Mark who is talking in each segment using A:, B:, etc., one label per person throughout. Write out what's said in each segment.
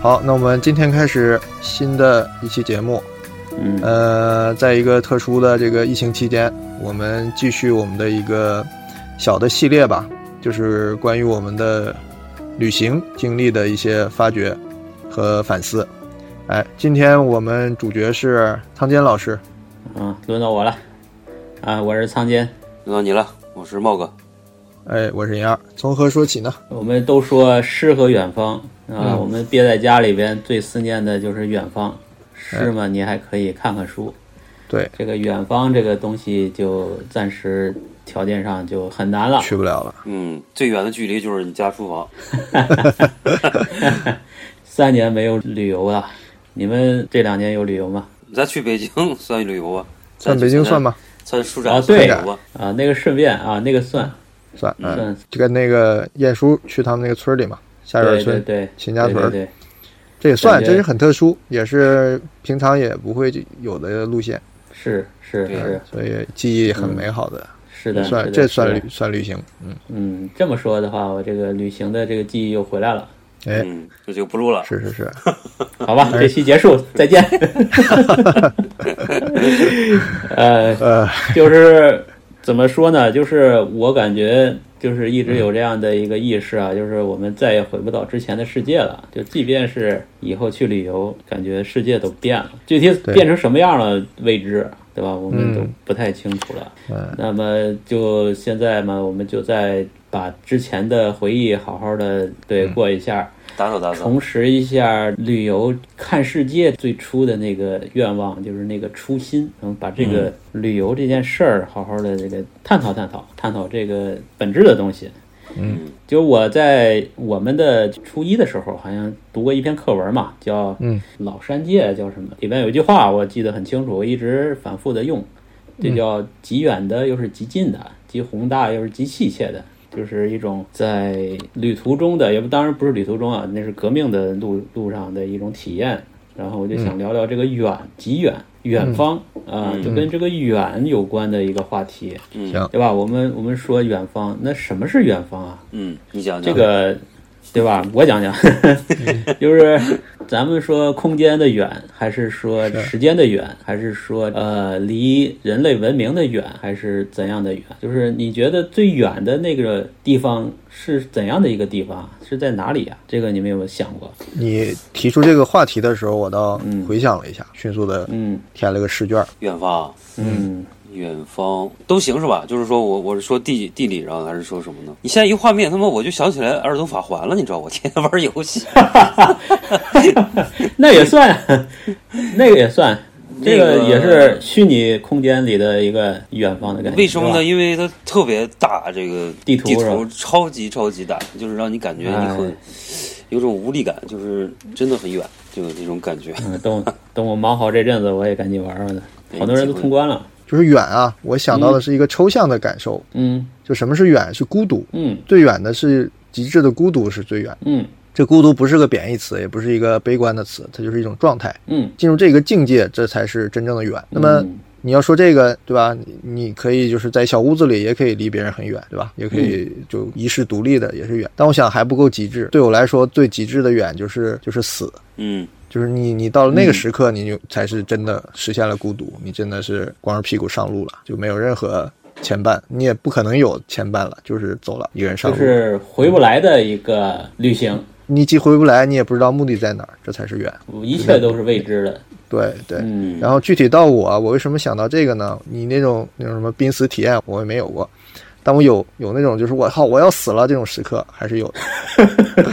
A: 好，那我们今天开始新的一期节目。
B: 嗯
A: 呃，在一个特殊的这个疫情期间，我们继续我们的一个小的系列吧，就是关于我们的旅行经历的一些发掘和反思。哎，今天我们主角是汤坚老师。
B: 啊，轮到我了，啊，我是仓坚。
C: 轮到你了，我是茂哥。
A: 哎，我是银二，从何说起呢？
B: 我们都说诗和远方啊，
A: 嗯哎
B: 我们憋在家里边最思念的就是远方。诗嘛，你还可以看看书。
A: 对，
B: 这个远方这个东西，就暂时条件上就很难了。
A: 去不了了。
C: 嗯，最远的距离就是你家厨房。
B: 三年没有旅游了，你们这两年有旅游吗？
C: 咱去北京 算旅游吧？啊
A: 算北京算
C: 吧？
A: 吧，
C: 算书
B: 啊
C: 展
B: 对
C: 算旅游吧？
B: 啊，那个顺便啊，那个算
A: 算嗯，
B: 算，
A: 就跟那个晏殊去他们那个村里嘛，下
B: 对
A: 院
B: 对
A: 村，
B: 对，
A: 秦家
B: 对
A: 屯
B: 对
A: 儿，
B: 对，
A: 这也算，
B: 感觉
A: 这是很特殊，也是平常也不会有的路线，
B: 是是
C: 对
B: 是
A: 所以记忆很美好的，
B: 嗯是的，
A: 算
B: 是的
A: 这
B: 是
A: 算
B: 的
A: 旅算旅行，嗯，
B: 嗯，这么说的话，我这个旅行的这个记忆又回来了，
A: 哎，
C: 嗯，这就不录了。
A: 是是是，
B: 好吧，
A: 哎
B: 这期结束，再见。呃，
A: 呃，
B: 就是怎么说呢？就是我感觉，就是一直有这样的一个意识啊，就是我们再也回不到之前的世界了。就即便是以后去旅游，感觉世界都变了，具体
A: 对
B: 变成什么样了未知，对吧？我们都
A: 嗯
B: 不太清楚了。
A: 嗯
B: 那么就现在嘛，我们就再把之前的回忆好好的对
A: 嗯
B: 过一下。
C: 打扫打扫。
B: 重拾一下旅游看世界最初的那个愿望，就是那个初心，嗯，把这个旅游这件事儿好好的这个探讨探讨，探讨这个本质的东西。
C: 嗯，
B: 就我在我们的初一的时候，好像读过一篇课文嘛，叫
A: 嗯
B: 《老山界》，叫什么？里边有一句话我记得很清楚，我一直反复的用，
A: 嗯
B: 这叫“极远的又是极近的，极宏大又是极细切的”，就是一种在旅途中的，也不当然不是旅途中啊，那是革命的路路上的一种体验。然后我就想聊聊这个远，极远，
A: 嗯
B: 远方啊、就跟这个远有关的一个话题，
C: 嗯
A: 行
B: 对吧？我们我们说远方，那什么是远方啊？
C: 嗯，你讲
B: 这
C: 讲。
B: 个，对吧？我讲 讲，就是咱们说空间的远，还是说时间的远，还是说呃离人类文明的远，还是怎样的远？就是你觉得最远的那个地方是怎样的一个地方？是在哪里呀、这个你们有没有想过？
A: 你提出这个话题的时候，我倒回想了一下，迅速的
B: 嗯
A: 填了个试卷，
C: 远方，
B: 嗯，
C: 远方都行是吧？就是说我我是说地地理上还是说什么呢？你现在一画面，他妈我就想起来《儿童法环》了，你知道？我天天玩游戏，
B: 那也算， 那个也算。这
C: 那
B: 个
C: 个
B: 也是虚拟空间里的一个远方的感觉。
C: 为什么
B: 是
C: 呢？
B: 吧？
C: 因为它特别大，这个
B: 地图
C: 图地
B: 是吧
C: 超级超级大，就是让你感觉你很、
B: 哎
C: 有种无力感，就是真的很远，就有这种感觉。
B: 嗯，等我等我忙好这阵子，我也赶紧玩玩的。
C: 哎
B: 好多人都通关了。
A: 就是远啊，我想到的是一个抽象的感受，
B: 嗯
A: 就什么是远？是孤独，
B: 嗯
A: 最远的是极致的孤独是最远。
B: 嗯
A: 这孤独不是个贬义词，也不是一个悲观的词，它就是一种状态。
B: 嗯，
A: 进入这个境界，这才是真正的远。那么
B: 嗯
A: 你要说这个，对吧？你你可以就是在小屋子里，也可以离别人很远，对吧？也可以
B: 嗯
A: 就一世独立的，也是远。但我想还不够极致。对我来说，最极致的远就是就是死，
C: 嗯，
A: 就是你你到了
B: 嗯
A: 那个时刻，你就才是真的实现了孤独，你真的是光着屁股上路了，就没有任何牵绊，你也不可能有牵绊了，就是走了一个人上
B: 就
A: 路，
B: 是回不来的一个旅行，
A: 你既回不来，你也不知道目的在哪儿，这才是远。
B: 一切都是未知的。
A: 对对，
B: 嗯
A: 然后具体到我，我为什么想到这个呢？你那种那种什么濒死体验，我也没有过，但我有有那种就是我靠我要死了这种时刻还是有的。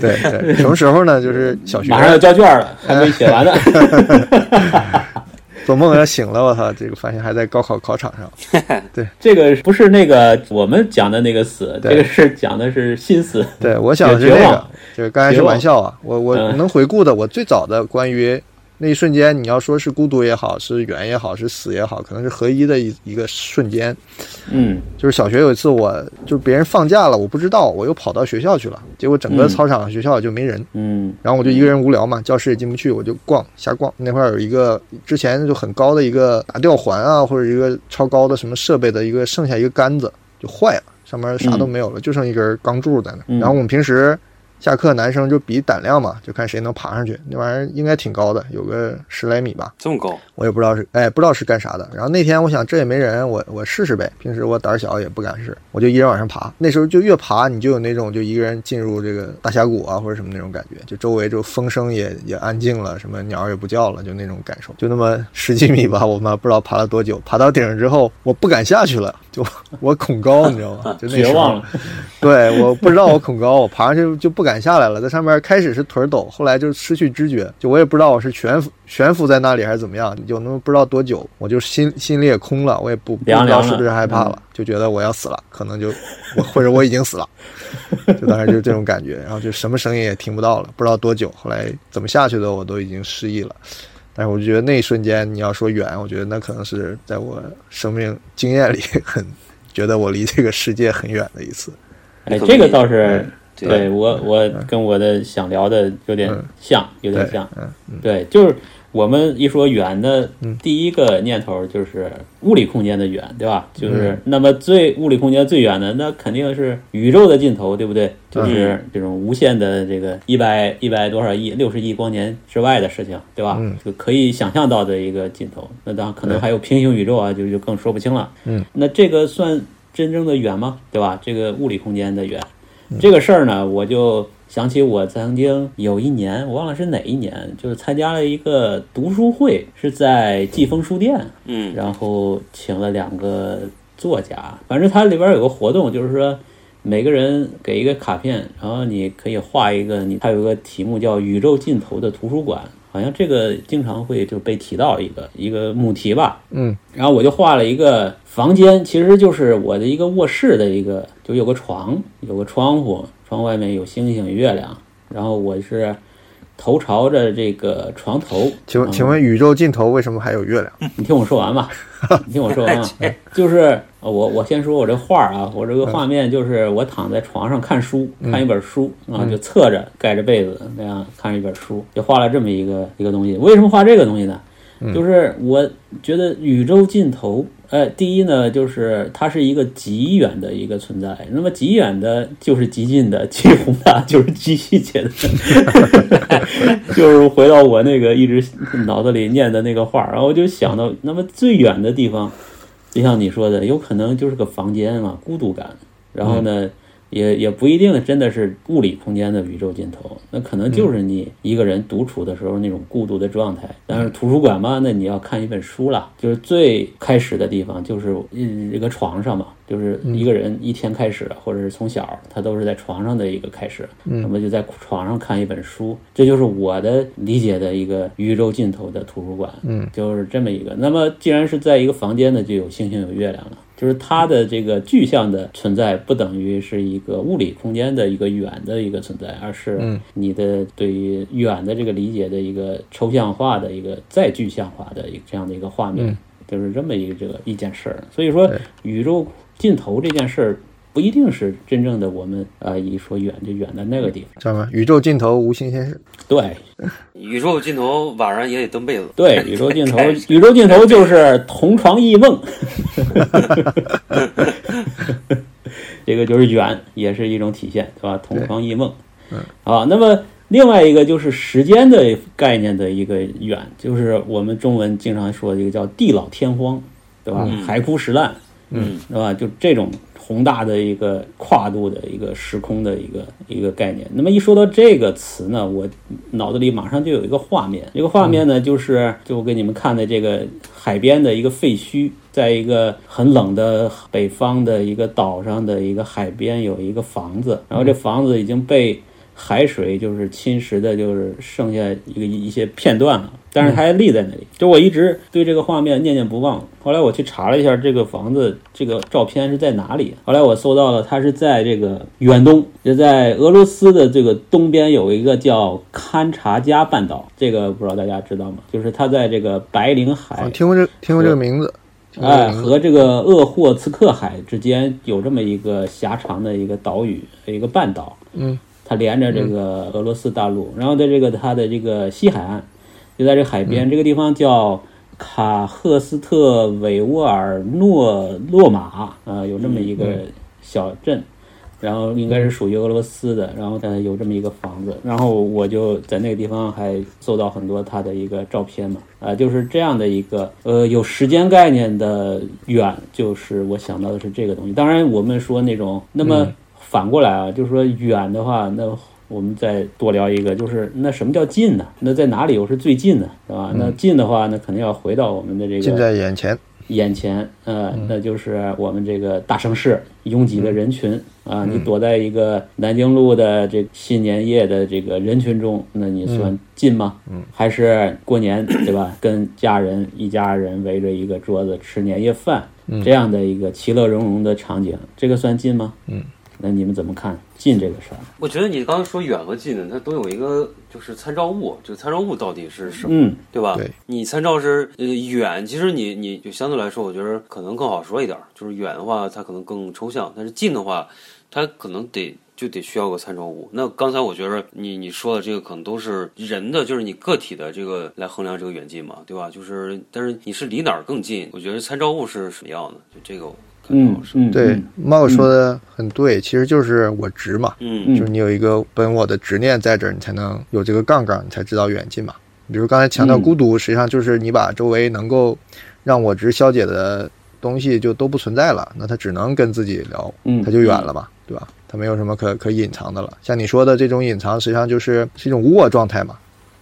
A: 对 对，什么时候呢？就是小学
B: 马上要交卷了，还没 写完呢。
A: 做梦要醒了，我操，这个发现还在高考考场上。
B: 嗯这个不是那个我们讲的那个死，
A: 对
B: 这个是讲的是心死。
A: 对，我想的是
B: 绝
A: 这个
B: 望，
A: 就是刚才
B: 绝
A: 是
B: 望
A: 玩笑啊。我我
B: 嗯
A: 能回顾的，我最早的关于那一瞬间，你要说是孤独也好，是远也好，是死也好，可能是合一的一一个瞬间。
B: 嗯
A: 就是小学有一次我，就是别人放假了，我不知道，我又跑到学校去了，结果整个
B: 嗯
A: 操场、学校就没人，
B: 嗯
A: 然后我就一个人无聊嘛，教室也进不去，我就逛瞎逛。那块儿有一个之前就很高的一个打吊环啊，或者一个超高的什么设备的一个剩下一个杆子就坏了，上面啥都没有了，就剩一根钢柱在那儿。
B: 嗯
A: 然后我们平时下课，男生就比胆量嘛，就看谁能爬上去。那玩意儿应该挺高的，有个十来米吧，
C: 这么高，
A: 我也不知道是哎不知道是干啥的。然后那天我想这也没人，我我试试呗。平时我胆儿小也不敢试，我就一人往上爬。那时候就越爬你就有那种就一个人进入这个大峡谷啊或者什么那种感觉，就周围就风声也也安静了，什么鸟儿也不叫了，就那种感受。就那么十几米吧，我妈不知道爬了多久，爬到顶儿之后我不敢下去了，就我恐高，你知道吗？就那时
B: 绝
A: 候
B: 望了。
A: 对，我不知道我恐高，我爬上去就不敢下来了，在上面开始是腿儿抖，后来就失去知觉，就我也不知道我是悬浮悬浮在那里还是怎么样，有那么不知道多久，我就心 心里也空了，我也不不知
B: 凉
A: 道
B: 凉
A: 是不是
B: 了
A: 害怕
B: 嗯
A: 了，就觉得我要死了，可能就我或者我已经死了，就当时就是这种感觉，然后就什么声音也听不到了，不知道多久，后来怎么下去的我都已经失忆了。但是我就觉得那一瞬间，你要说远，我觉得那可能是在我生命经验里很觉得我离这个世界很远的一次。
B: 哎，
C: 可
B: 这个
C: 以
B: 倒是
C: 对
B: 对我我跟我的想聊的有点像，有点
A: 嗯对
B: 像。
A: 嗯
B: 对，就是我们一说远的
A: 嗯
B: 第一个念头就是物理空间的远，对吧？
A: 嗯
B: 就是那么最物理空间最远的，那肯定是宇宙的尽头，对不
A: 嗯
B: 对？就是这种无限的这个一百一百多少亿六十亿光年之外的事情，对吧
A: 嗯？
B: 就可以想象到的一个尽头。那当然可能还有平行宇宙啊，就就更说不清了。
A: 嗯，
B: 那这个算真正的远吗？对吧？这个物理空间的远。嗯这个事儿呢，我就想起我曾经有一年，我忘了是哪一年，就是参加了一个读书会，是在季风书店，
C: 嗯，
B: 然后请了两个作家，反正它里边有个活动，就是说每个人给一个卡片，然后你可以画一个，你它有一个题目叫《宇宙尽头的图书馆》，好像这个经常会就被提到一个一个母题吧，
A: 嗯
B: 然后我就画了一个房间，其实就是我的一个卧室的一个，就有个床，有个窗户，窗外面有星星、月亮，然后我是头朝着这个床头。，
A: 请问请问宇宙尽头为什么还有月亮？
B: 你听我说完吧，你听我说完吧，啊就是呃我我先说我这画啊，我这个画面就是我躺在床上看书，看一本书啊，就侧着盖着被子那样看一本书，就画了这么一个一个东西。为什么画这个东西呢？就是我觉得宇宙尽头，呃，第一呢，就是它是一个极远的一个存在，那么极远的就是极近的，极宏大就是极细节的， 就是回到我那个一直脑子里念的那个话，然后我就想到，那么最远的地方，就像你说的，有可能就是个房间嘛，孤独感，然后呢。也也不一定真的是物理空间的宇宙尽头，那可能就是你一个人独处的时候那种孤独的状态。但是图书馆嘛，那你要看一本书啦，就是最开始的地方就是一一个床上嘛，就是一个人一天开始，或者是从小他都是在床上的一个开始，那么就在床上看一本书，这就是我的理解的一个宇宙尽头的图书馆，
A: 嗯，
B: 就是这么一个。那么既然是在一个房间呢，就有星星有月亮了。就是它的这个具象的存在，不等于是一个物理空间的一个远的一个存在，而是你的对于远的这个理解的一个抽象化的一个再具象化的一个这样的一个画面，就是这么一个这个一件事儿。所以说，宇宙尽头这件事儿不一定是真正的我们啊、呃一说远就远在那个地方。
A: 知道吗？宇宙尽头无新鲜事。
B: 对
C: 宇宙尽头晚上也得蹬被子，
B: 对， 宇宙尽头，宇宙尽头就是同床异梦。 这个就是远，也是一种体现，对吧？同床异梦。嗯。啊，那么另外一个就是时间的概念的一个远，就是我们中文经常说的一个叫地老天荒，对吧？海枯石烂，
C: 嗯，
B: 对吧？就这种宏大的一个跨度的一个时空的一个一个概念。那么一说到这个词呢，我脑子里马上就有一个画面，这个画面呢，就是就我给你们看的这个海边的一个废墟，在一个很冷的北方的一个岛上的一个海边有一个房子，然后这房子已经被海水就是侵蚀的，就是剩下一个一些片段了，但是它还立在那里。就我一直对这个画面念念不忘。后来我去查了一下这个房子这个照片是在哪里，后来我搜到了，它是在这个远东，就在俄罗斯的这个东边有一个叫勘察加半岛，这个不知道大家知道吗？就是它在这个白令海
A: 我哦听过这听过这个名字，听过这个
B: 哎，
A: 名字。
B: 和这个鄂霍次克海之间有这么一个狭长的一个岛屿，一个半岛。
A: 嗯，
B: 它连着这个俄罗斯大陆，然后在这个它的这个西海岸，就在这个海边，这个地方叫呃卡赫斯特韦沃尔诺洛马，啊，有这么一个小镇，然后应该是属于俄罗斯的，然后呃有这么一个房子，然后我就在那个地方还搜到很多他的一个照片嘛，啊、就是这样的一个呃有时间概念的远，就是我想到的是这个东西。当然我们说那种，那么
A: 嗯
B: 反过来啊，就是说远的话，那我们再多聊一个，就是那什么叫近呢？那在哪里又是最近呢？对吧？那近的话，那肯定要回到我们的这个
A: 嗯近在眼前。
B: 眼前，呃，那就是我们这个大城市拥挤的人群啊、你躲在一个南京路的这新年夜的这个人群中，那你算近吗？嗯，还是过年对吧？跟家人一家人围着一个桌子吃年夜饭，这样的一个其乐融融的场景，这个算近吗？
A: 嗯，
B: 那你们怎么看近这个事儿？
C: 我觉得你刚刚说远和近呢，它都有一个就是参照物，就参照物到底是什么，
B: 嗯，
C: 对吧？
A: 对
C: 你参照是呃远，其实你你就相对来说，我觉得可能更好说一点儿，就是远的话它可能更抽象，但是近的话，它可能得。就得需要个参照物。那刚才我觉得你你说的这个可能都是人的，就是你个体的这个来衡量这个远近嘛，对吧？就是，但是你是离哪儿更近？我觉得参照物是什么样的，就这个我看
B: 嗯
C: 到是，
B: 嗯，
A: 对
B: 嗯，
A: 猫说的很对，其实就是我执嘛，
C: 嗯
A: 就是你有一个本我的执念在这儿，你才能有这个杠杠，你才知道远近嘛。比如刚才强调
B: 嗯
A: 孤独，实际上就是你把周围能够让我执消解的东西就都不存在了，那他只能跟自己聊，
B: 嗯
A: 他就远了嘛，对吧？他没有什么可可隐藏的了。像你说的这种隐藏，实际上就是是一种无我状态嘛，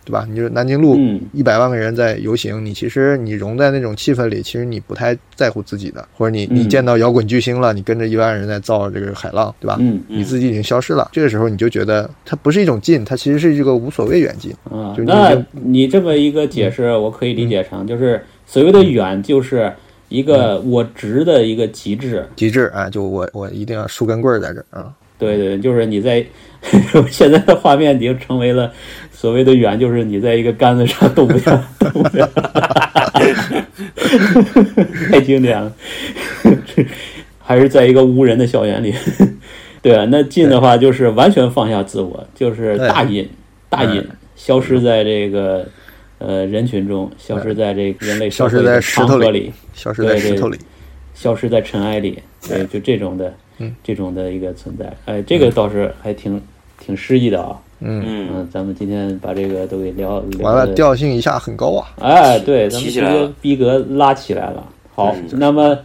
A: 对吧？你就是南京路
B: 嗯
A: 一百万个人在游行，你其实你融在那种气氛里，其实你不太在乎自己的，或者你你
B: 嗯
A: 见到摇滚巨星了，你跟着一万人在造这个海浪，对吧？
B: 嗯
A: 你自己已经消失了，这个时候你就觉得它不是一种近，它其实是一个无所谓远近。
B: 啊
A: 就，你嗯已
B: 那
A: 经
B: 你这么一个解释，我可以理解成就是所谓的远，就是一个
A: 嗯
B: 我值的一个极致。
A: 极致啊，就我我一定要树根棍儿在这儿啊，
B: 对对，对就是你在 现在的画面已经成为了所谓的远，就是你在一个杆子上动不 了，动不了，太经典了。 还是在一个无人的校园里， 对啊，那近的话就是完全放下自我，就是大隐大隐，
A: 哎
B: 消失在这个呃人群中，消失在这个人类社
A: 消
B: 会
A: 失
B: 的
A: 在石
B: 长
A: 头
B: 河
A: 里
B: 里，
A: 消失在
B: 对对
A: 石头里。
B: 消失在尘埃里，对，就这种的，
A: 嗯
B: 这种的一个存在，哎，这个倒是还挺挺诗意的啊，
C: 嗯
B: 嗯，咱们今天把这个都给聊聊
A: 完了，
B: 得，
A: 调性一下很高啊。
B: 哎，对，咱们
C: 提起
B: 直
C: 来
B: 接
C: 了
B: 逼格拉起来了，好
C: 嗯，
B: 那么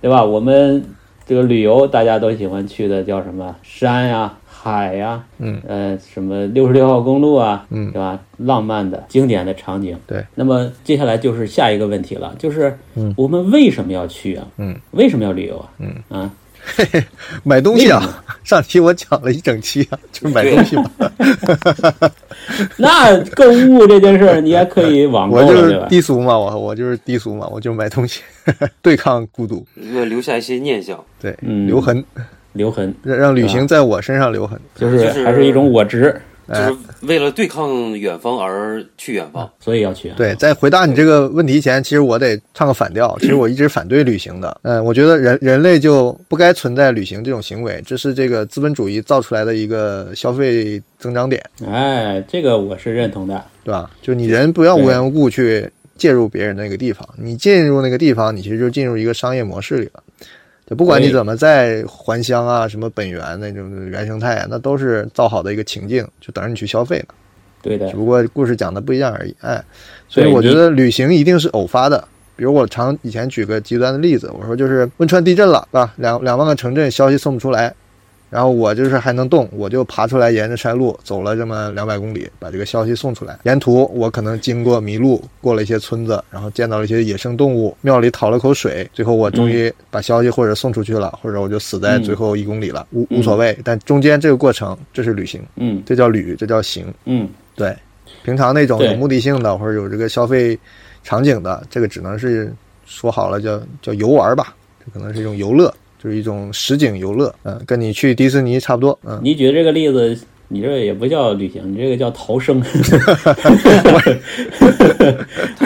B: 对吧？我们这个旅游大家都喜欢去的叫什么山呀、海呀、
A: 嗯，
B: 呃，什么六十六号公路啊，
A: 嗯
B: 对吧？浪漫的、经典的场景。
A: 对，
B: 那么接下来就是下一个问题了，就是
A: 嗯
B: 我们为什么要去啊？
A: 嗯，
B: 为什么要旅游啊？
A: 嗯
B: 啊，
A: 买东西啊， 上期我讲了一整期啊，就是买东西嘛。
B: 那购物这件事儿，你还可以 网购
A: 我就
B: 了，对
A: 是
B: 吧？
A: 低俗嘛，我我就是低俗嘛，我就买东西， 对抗孤独，
C: 要留下一些念想。
A: 对，
B: 嗯
A: 留痕，
B: 留痕
A: 让让旅行在我身上留痕。
B: 就是
C: 就是
B: 还是一种我执，
C: 就是为了对抗远方而去远方。
B: 所以要去啊。
A: 对，在回答你这个问题前，其实我得唱个反调。其实我一直反对旅行的，嗯，我觉得人人类就不该存在旅行这种行为，这是这个资本主义造出来的一个消费增长点，
B: 哎，这个我是认同的。
A: 对吧？就你人不要无
B: 对
A: 缘无故去介入别人的那个地方，你进入那个地方，你其实就进入一个商业模式里了。就不管你
B: 对
A: 怎么在还乡啊、什么本源那种原生态啊，那都是造好的一个情境，就等着你去消费呢。
B: 对的
A: 只，不过故事讲的不一样而已。哎，所以
B: 对
A: 我
B: 你
A: 觉得旅行一定是偶发的。比如我常以前举个极端的例子，我说就是汶川地震了，对吧？两两万个城镇消息送不出来，然后我就是还能动，我就爬出来，沿着山路走了这么两百公里，把这个消息送出来。沿途我可能经过迷路，过了一些村子，然后见到了一些野生动物，庙里讨了口水，最后我终于把消息或者送出去了，或者我就死在
B: 嗯
A: 最后一公里了，无无所谓。但中间这个过程，这是旅行，
B: 嗯
A: 这叫旅，这叫行。
B: 嗯，
A: 对，平常那种
B: 对
A: 有目的性的或者有这个消费场景的，这个只能是说好了叫叫游玩吧，这可能是一种游乐，就是一种实景游乐，嗯，跟你去迪士尼差不多，嗯，
B: 你举的这个例子，你这也不叫旅行，你这个叫逃 生，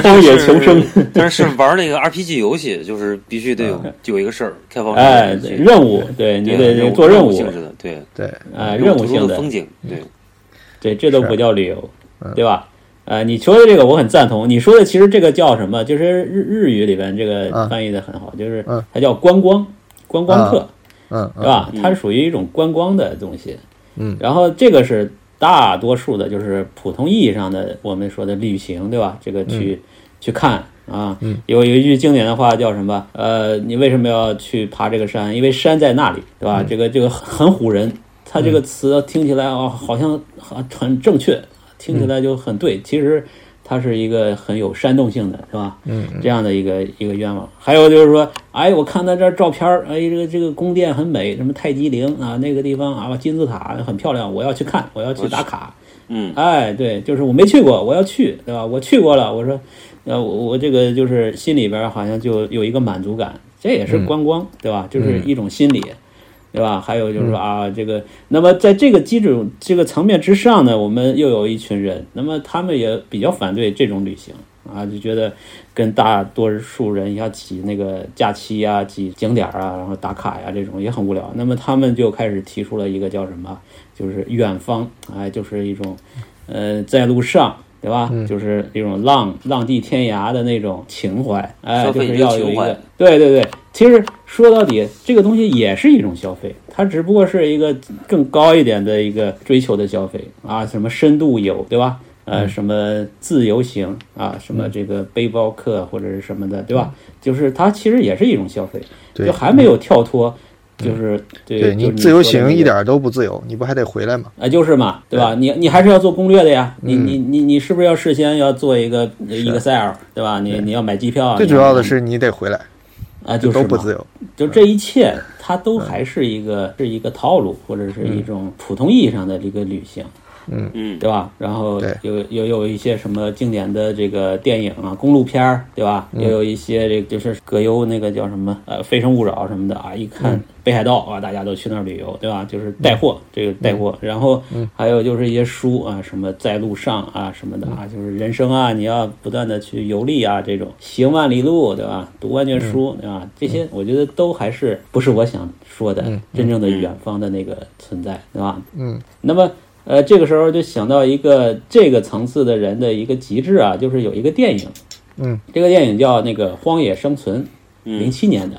B: 荒野求生。
C: 是，但是玩那个 RPG 游戏，就是必须得有有一个事儿，开放式
B: 嗯哎，
C: 的
B: 对
C: 去
B: 任务，对你
C: 对
B: 得做任务，
C: 性质的，对，
A: 对，
B: 哎，任务
C: 途
B: 性
C: 中的
B: 的，嗯
C: 风景，对，
B: 对，这都不叫旅游，对吧？呃，你说的这个我很赞同。你说的其实这个叫什么？就是日日语里边这个
A: 嗯
B: 翻译的很好，就是
A: 嗯
B: 它叫观光观光客。
A: 嗯
B: 是吧？它是属于一种观光的东西。
A: 嗯，
B: 然后这个是大多数的，就是普通意义上的我们说的旅行，对吧？这个去、
A: 嗯
B: 去看啊，有有一句经典的话叫什么？呃，你为什么要去爬这个山？因为山在那里，对
A: 嗯
B: 吧？这个这个很唬人，它这个词听起来哦，好像很很正确，听
A: 嗯
B: 起来就很对，其实。它是一个很有煽动性的，是吧？嗯，这样的一个一个愿望。还有就是说，哎，我看他这照片儿，哎，这个这个宫殿很美，什么泰姬陵啊，那个地方啊，金字塔很漂亮，我要去看，我要去打卡。
C: 嗯，
B: 哎，对，就是我没去过，我要去，对吧？我去过了，我说，呃，我我这个就是心里边儿好像就有一个满足感，这也是观光，对吧？就是一种心理。对吧？还有就是说啊，这个，那么在这个基础这个层面之上呢，我们又有一群人，那么他们也比较反对这种旅行啊，就觉得跟大多数人要挤那个假期啊、挤景点儿啊，然后打卡呀、这种也很无聊。那么他们就开始提出了一个叫什么，就是远方，哎，就是一种，呃，在路上。对吧？就是一种浪浪迹天涯的那种情怀，哎，
C: 消
B: 就
C: 费
B: 是
C: 一个
B: 要有一
C: 情怀
B: 个对对对，其实说到底，这个东西也是一种消费，它只不过是一个更高一点的一个追求的消费啊，什么深度游，对吧？
A: 嗯
B: 呃，什么自由行啊，什么这个背包
A: 嗯
B: 客或者是什么的，对吧？就是它其实也是一种消费，
A: 对嗯
B: 就还没有跳脱，就是对
A: 对
B: 就
A: 你
B: 是
A: 自由
B: 说的那
A: 行
B: 个
A: 一点儿都不自由，你不还得回来吗？
B: 啊，就是嘛，对吧？你你还是要做攻略的呀，你
A: 嗯
B: 你你你是不是要事先要做一个一个 Excel，对吧？你你要买机票，啊
A: 最
B: 你
A: 主要
B: 要
A: 的是你得回来，
B: 啊，就是
A: 都不
B: 嘛
A: 自由。嗯
B: 就这一切，它都还是一个是一个套路，或者
A: 嗯
B: 是一种普通意义上的一个旅行，
C: 嗯，
B: 对吧？然后
A: 对
B: 有有有一些什么经典的这个电影啊，公路片儿，对吧？
A: 嗯
B: 也有一些这个就是葛优那个叫什么呃《非诚勿扰》什么的啊，一
A: 嗯
B: 看北海道啊，大家都去那儿旅游，对吧？就是带货，这个带货。
A: 嗯
B: 然后还有就是一些书啊，什么在路上啊什么的
A: 嗯
B: 啊，就是人生啊，你要不断的去游历啊，这种行万里路，对吧？读万
A: 嗯
B: 卷书，对吧？这些我觉得都还是不是我想说的真正的远方的那个存在，对吧？
A: 嗯，
B: 那么呃，这个时候就想到一个这个层次的人的一个极致啊，就是有一个电影，
A: 嗯，
B: 这个电影叫那个《荒野生存》，
C: 嗯
B: 零七年的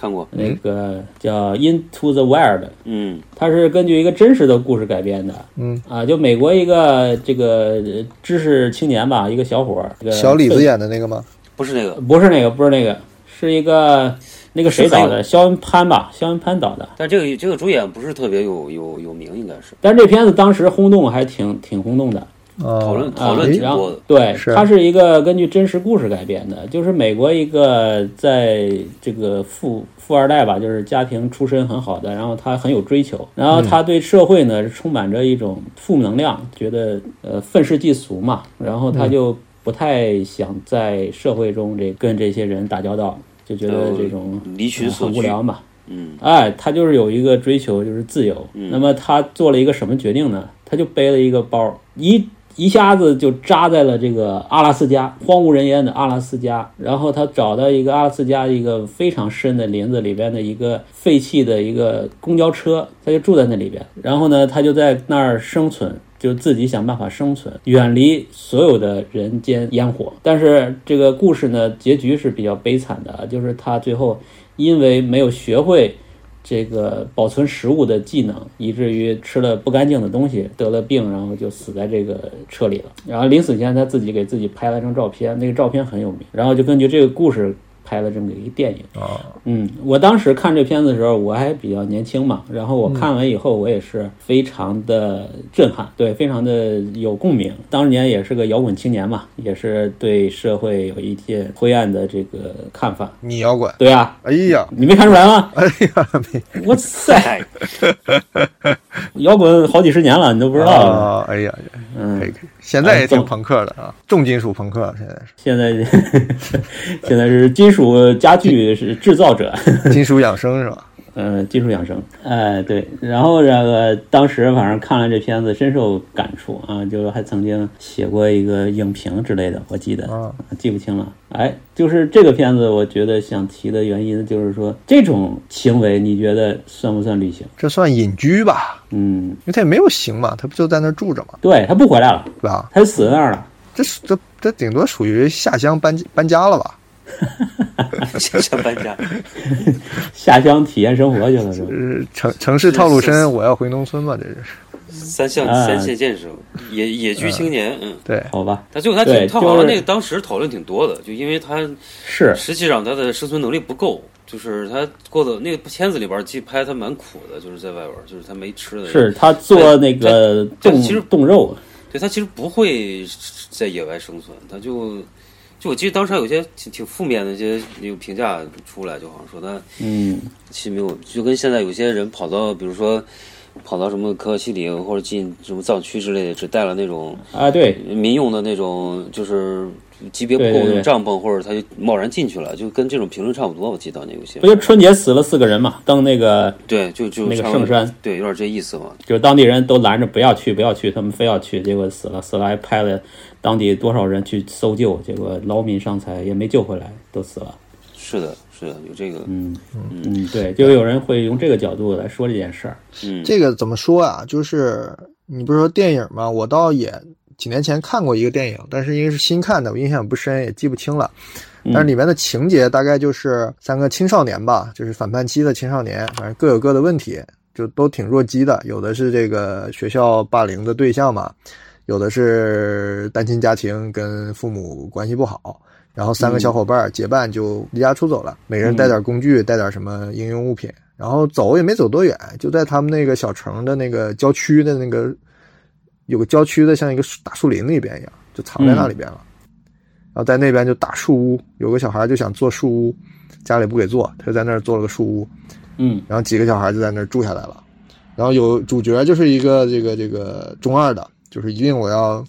C: 看过，
B: 那个叫《Into the Wild》，
C: 嗯
B: 它是根据一个真实的故事改编的，
A: 嗯
B: 啊，就美国一个这个呃知识青年吧，一个小伙儿，这个呃
A: 小李子演的那个
B: 啊
A: 吗？
C: 不是那个，
B: 不是那个，不是那个，是一个那个谁导的？肖恩潘吧，肖恩潘导的。
C: 但这个这个主演不是特别有有有名，应该是
B: 但是这片子当时轰动还挺挺轰动的，
A: 讨
C: 讨论讨论
B: 啊
A: 哎
C: 挺
B: 然
C: 多
B: 后
C: 的，
B: 对，
A: 是
B: 它是一个根据真实故事改编的，就是美国一个在这个富富二代吧，就是家庭出身很好的，然后他很有追求，然后他对社会呢充满着一种负能量，觉得呃愤世嫉俗嘛，然后他就不太想在社会中这跟这些人打交道，就觉得这种
C: 离群
B: 呃
C: 索
B: 很无
C: 居，
B: 聊嘛，
C: 嗯
B: 哎，他就是有一个追求，就是自由。那么他做了一个什么决定呢？他就背了一个包，一一下子就扎在了这个阿拉斯加荒无人烟的阿拉斯加。然后他找到一个阿拉斯加一个非常深的林子里边的一个废弃的一个公交车，他就住在那里边。然后呢，他就在那儿生存。就自己想办法生存，远离所有的人间烟火。但是这个故事呢，结局是比较悲惨的啊，就是他最后因为没有学会这个保存食物的技能，以至于吃了不干净的东西得了病，然后就死在这个车里了。然后临死前他自己给自己拍了张照片，那个照片很有名，然后就根据这个故事拍了这么一个电影。
A: 哦，
B: 嗯，我当时看这片子的时候，我还比较年轻嘛，然后我看完以后，我也是非常的震撼，对，非常的有共鸣。当年也是个摇滚青年嘛，也是对社会有一些灰暗的这个看法。
A: 你摇滚？
B: 对啊，
A: 哎呀，
B: 你没看出来吗？
A: 哎呀，没
B: 哇塞，摇滚好几十年了，你都不知道啊？
A: 啊！
B: 哎
A: 哎呀，
B: 嗯
A: 可以可以，现在也挺
B: 重
A: 朋克的啊，重金属朋克现在是
B: 现在 现在是金属家具是制造者，
A: 金属养生是吧？
B: 呃，金属养生，哎，对，然后这个当时反正看了这片子，深受感触啊，就是还曾经写过一个影评之类的，我记得，
A: 啊，
B: 记不清了。哎，就是这个片子，我觉得想提的原因就是说，这种行为你觉得算不算旅行？
A: 这算隐居吧？
B: 嗯，
A: 因为他也没有行嘛，他不就在那儿住着嘛，
B: 对他不回来了，
A: 对吧？
B: 他死在那儿了。
A: 这这这顶多属于下乡搬搬家了吧？
C: 想搬家，
B: 下乡体验生活去了，是吧？
A: 呃，城城市套路深，我要回农村嘛，这是
C: 三项
B: 啊
C: 三线建设，野野居青年，嗯，
A: 对，
B: 好吧，
C: 他最后他挺
B: 对
C: 他好像
B: 就是
C: 那个当时讨论挺多的，就因为他
B: 是
C: 实际上他的生存能力不够，就是他过的那个片子里边，其实拍他蛮苦的，就是在外边，就是他没吃的，
B: 是，他做那个
C: 他他
B: 冻
C: 其实
B: 冻肉，
C: 对他其实不会在野外生存，他就就我记得当时还有一些挺挺负面的一些那个评价出来，就好像说他
B: 嗯，
C: 其实没有，就跟现在有些人跑到比如说跑到什么可可西里或者进什么藏区之类的，只带了那种
B: 啊，对，
C: 民用的那种就是。级别不够
B: 对对
C: 那种
B: 对
C: 帐篷，或者他就贸然进去了，就跟这种评论差不多。我记得当年有些
B: 不就春节死了四个人嘛，登那个
C: 对，就就
B: 那个
C: 差不
B: 圣
C: 多
B: 山，
C: 对，有点这意思嘛。
B: 就是当地人都拦着不要去，不要去，他们非要去，结果死了，死了还派了当地多少人去搜救，结果劳民伤财也没救回来，都死了。
C: 是的，是的，有这个，
B: 嗯嗯，对，就有人会用这个角度来说这件事儿。
C: 嗯，
A: 这个怎么说啊？就是你不是说电影吗？我倒也几年前看过一个电影，但是因为是新看的，我印象不深，也记不清了。但是里面的情节大概就是三个青少年吧，就是反叛期的青少年，反正各有各的问题，就都挺弱鸡的。有的是这个学校霸凌的对象嘛，有的是单亲家庭跟父母关系不好，然后三个小伙伴儿结伴就离家出走了，每人带点工具，带点什么应用物品，然后走也没走多远，就在他们那个小城的那个郊区的那个有个郊区的像一个树大树林里边一样，就藏在那里边了。然后在那边就打树屋，有个小孩就想做树屋，家里不给做，他就在那儿做了个树屋，
B: 嗯
A: 然后几个小孩就在那儿住下来了。然后有主角就是一个这个这个中二的，就是一定我要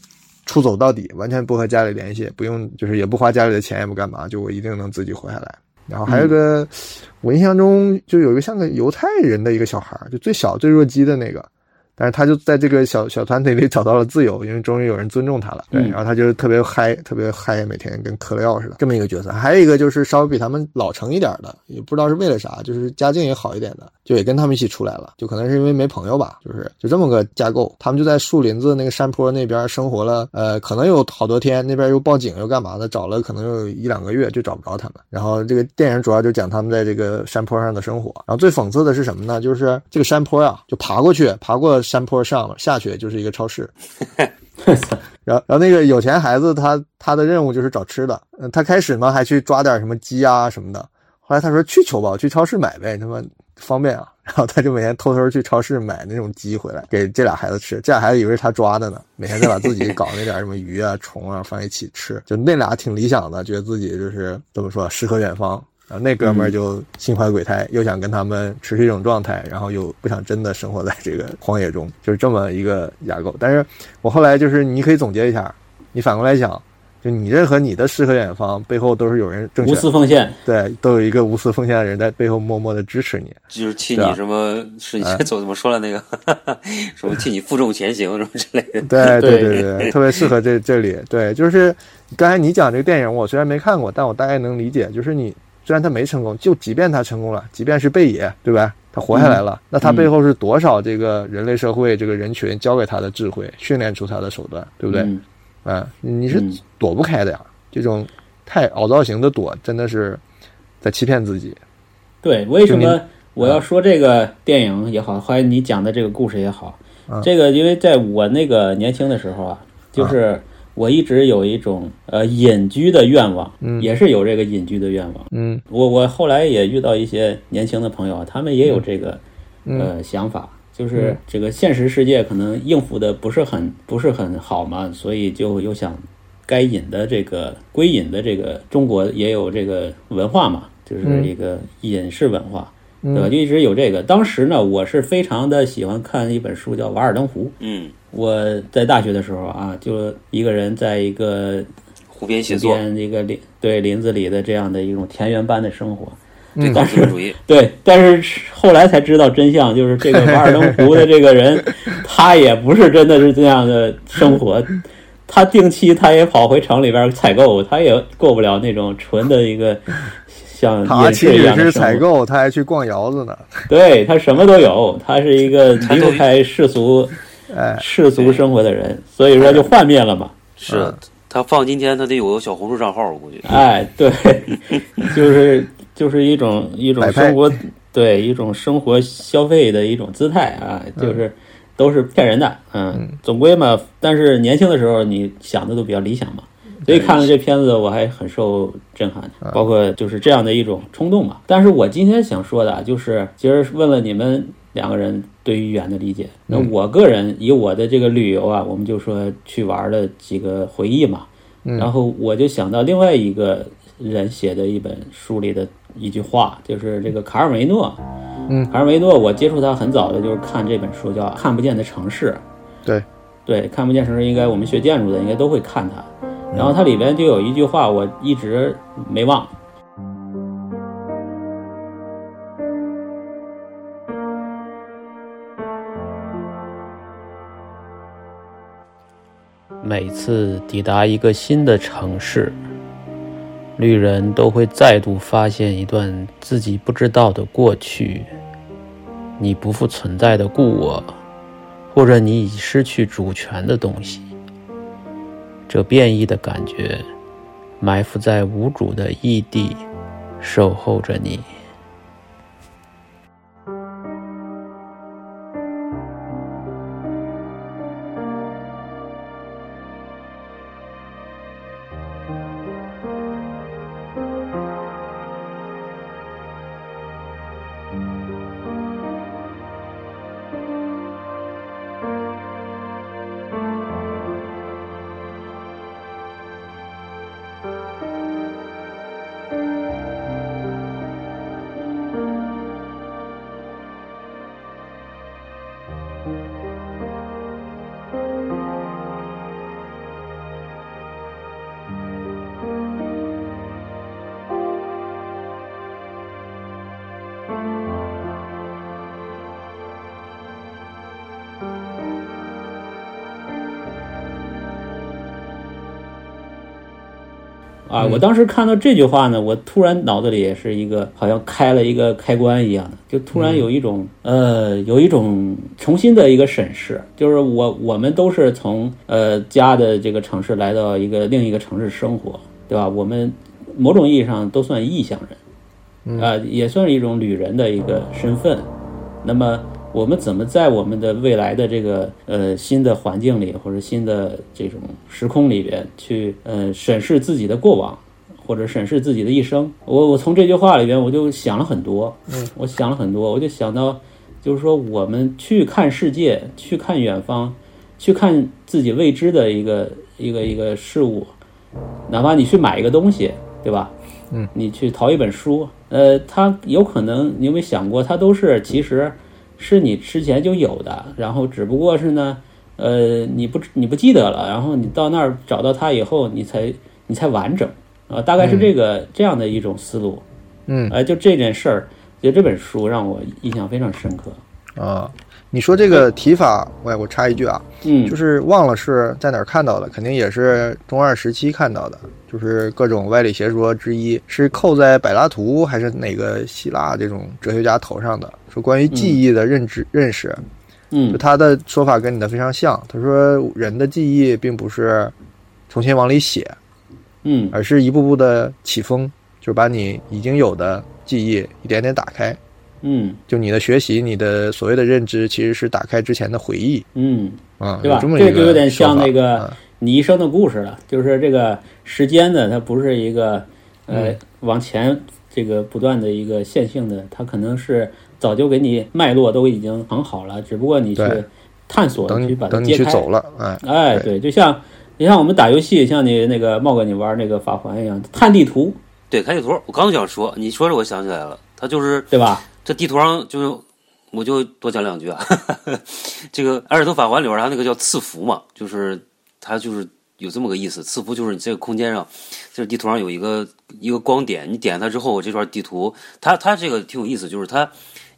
A: 出走到底，完全不和家里联系，不用就是也不花家里的钱，也不干嘛，就我一定能自己活下来。然后还有个，我印象中就有一个像个犹太人的一个小孩，就最小最弱鸡的那个，但是他就在这个小小团体里找到了自由，因为终于有人尊重他了。对，
B: 嗯
A: 然后他就是特别嗨，特别嗨，每天跟嗑了药似的这么一个角色。还有一个就是稍微比他们老成一点的，也不知道是为了啥，就是家境也好一点的，就也跟他们一起出来了，就可能是因为没朋友吧，就是就这么个架构。他们就在树林子那个山坡那边生活了，呃，可能有好多天，那边又报警又干嘛的，找了可能有一两个月就找不着他们。然后这个电影主要就讲他们在这个山坡上的生活。然后最讽刺的是什么呢？就是这个山坡啊，就爬过去，爬过山坡上下去就是一个超市。然后，然后那个有钱孩子他他的任务就是找吃的，嗯，他开始嘛还去抓点什么鸡啊什么的，后来他说去求吧，我去超市买呗，他妈方便啊，然后他就每天偷偷去超市买那种鸡回来给这俩孩子吃，这俩孩子以为是他抓的呢，每天再把自己搞那点什么鱼啊虫啊放一起吃，就那俩挺理想的，觉得自己就是怎么说诗和远方。然后那哥们儿就心怀鬼胎，又想跟他们持续这种状态，然后又不想真的生活在这个荒野中，就是这么一个架构。但是我后来就是你可以总结一下，你反过来想，就你任何你的诗和远方背后都是有人正
B: 无
A: 确
B: 私奉献，
A: 对，都有一个无私奉献的人在背后默默的支持你。
C: 就是替
A: 对啊
C: 你什么，是
B: 啊
C: 你怎么怎么说了那个， 什么替你负重前行什么之类的。
A: 对对
B: 对
A: 对对，特别适合这这里。对，就是刚才你讲这个电影，我虽然没看过，但我大概能理解。就是你虽然他没成功，就即便他成功了，即便是贝爷，对吧？他活下
B: 嗯
A: 来了，那他背后是多少这个人类社会、这个人群教给他的智慧，训练出他的手段，对不对？
B: 嗯
A: 啊，你是
B: 嗯
A: 躲不开的呀。这种太凹造型的躲，真的是在欺骗自己。
B: 对，为什
A: 就嗯
B: 么我要说这个电影也好，还有你讲的这个故事也好，
A: 嗯
B: 这个因为在我那个年轻的时候啊，
A: 嗯
B: 就是我一直有一种呃隐居的愿望，
A: 嗯
B: 也是有这个隐居的愿望。
A: 嗯
B: 我我后来也遇到一些年轻的朋友啊，他们也有这个、
A: 嗯
B: 呃想法，就是这个现实世界可能应付的不是很不是很好嘛，所以就有想该隐的这个归隐的这个中国也有这个文化嘛，就是一个隐士文化，对吧？就一直有这个。当时呢，我是非常的喜欢看一本书叫《瓦尔登湖》，
C: 嗯，
B: 我在大学的时候啊，就一个人在一个
C: 湖边写
B: 湖
C: 作，
B: 边一个林对林子里的这样的一种田园般的生活，嗯
C: 对搞资本 主义，
B: 对，但是后来才知道真相，就是这个瓦尔登湖的这个 人，他也不是真的是这样的生活，他定期他也跑回城里边采购，他也过不了那种纯的 一个像
A: 他
B: 隐
A: 岂
B: 士一
A: 止
B: 样的
A: 是
B: 生活
A: 采。购，他还去逛窑子呢。
B: 对他什么都有，他是一 个离不开世俗
A: 哎，
B: 世俗生活的人，所以说就幻灭了嘛。
A: 啊
C: 是的他放今天他得有个小红书账号，我估计。
B: 哎，对，就是就是一种一种
A: 摆拍
B: 生活，对一种生活消费的一种姿态啊，
A: 嗯
B: 就是都是骗人的，嗯，总归嘛，但是年轻的时候你想的都比较理想嘛，所以看了这片子我还很受震撼，
A: 啊
B: 包括就是这样的一种冲动嘛。但是我今天想说的啊，就是其实问了你们两个人对于语言的理解，那
A: 嗯
B: 我个人以我的这个旅游啊，我们就说去玩的几个回忆嘛，然后我就想到另外一个人写的一本书里的一句话，就是这个卡尔维诺。
A: 嗯，
B: 卡尔维诺，我接触他很早的就是看这本书，叫《看不见的城市》。
A: 对，
B: 对，看不见城市，应该我们学建筑的应该都会看它。然后它里边就有一句话，我一直没忘，每次抵达一个新的城市，旅人都会再度发现一段自己不知道的过去，你不复存在的故我，或者你已失去主权的东西。这变异的感觉，埋伏在无主的异地，守候着你。啊，我当时看到这句话呢，我突然脑子里也是一个好像开了一个开关一样的，就突然有一种、呃，有一种重新的一个审视，就是我我们都是从呃家的这个城市来到一个另一个城市生活，对吧？我们某种意义上都算异乡人。啊、也算是一种旅人的一个身份。那么，我们怎么在我们的未来的这个呃新的环境里，或者新的这种时空里边去呃审视自己的过往，或者审视自己的一生？我我从这句话里边我就想了很多，嗯，我想了很多，我就想到，就是说我们去看世界，去看远方，去看自己未知的一个一个一个事物，哪怕你去买一个东西，对吧？嗯，你去淘一本书，呃，它有可能你有没有想过，它都是其实是你之前就有的，然后只不过是呢，呃，你不你不记得了，然后你到那儿找到它以后，你才你才完整啊、大概是这个、这样的一种思路，
A: 嗯，
B: 呃，就这件事儿，就这本书让我印象非常深刻，
A: 啊，你说这个提法，喂，我插一句啊，
B: 嗯，
A: 就是忘了是在哪儿看到的，肯定也是中二时期看到的，就是各种歪理邪说之一，是扣在柏拉图还是哪个希腊这种哲学家头上的？说关于记忆的认知、认识，就
B: 嗯
A: 他的说法跟你的非常像。他说人的记忆并不是重新往里写，
B: 嗯
A: 而是一步步的起风，就是把你已经有的记忆一点点打开。
B: 嗯
A: 就你的学习，你的所谓的认知，其实是打开之前的回忆
B: 嗯，
A: 啊，
B: 对吧
A: 有这么一
B: 这
A: 个
B: 就有点
A: 说
B: 像
A: 法
B: 那个
A: 啊
B: 你一生的故事了，就是这个时间呢，它不是一个
A: 嗯
B: 呃往前这个不断的一个线性的，它可能是早就给你脉络都已经很好了，只不过你去
A: 对
B: 探索
A: 等
B: 去
A: 你
B: 把它
A: 等你
B: 揭
A: 去
B: 开。
A: 走了，哎，
B: 哎，对，就像你像我们打游戏，像你那个茂哥你玩那个法环一样，探地图，
C: 对，开地图，我刚想说，你说这我想起来了，他就是
B: 对吧？
C: 这地图上就是，我就多讲两句啊。这个《艾尔登法环》里边儿，它那个叫赐福嘛，就是它就是有这么个意思。赐福就是你这个空间上，这地图上有一个一个光点，你点它之后，这段地图，它它这个挺有意思，就是它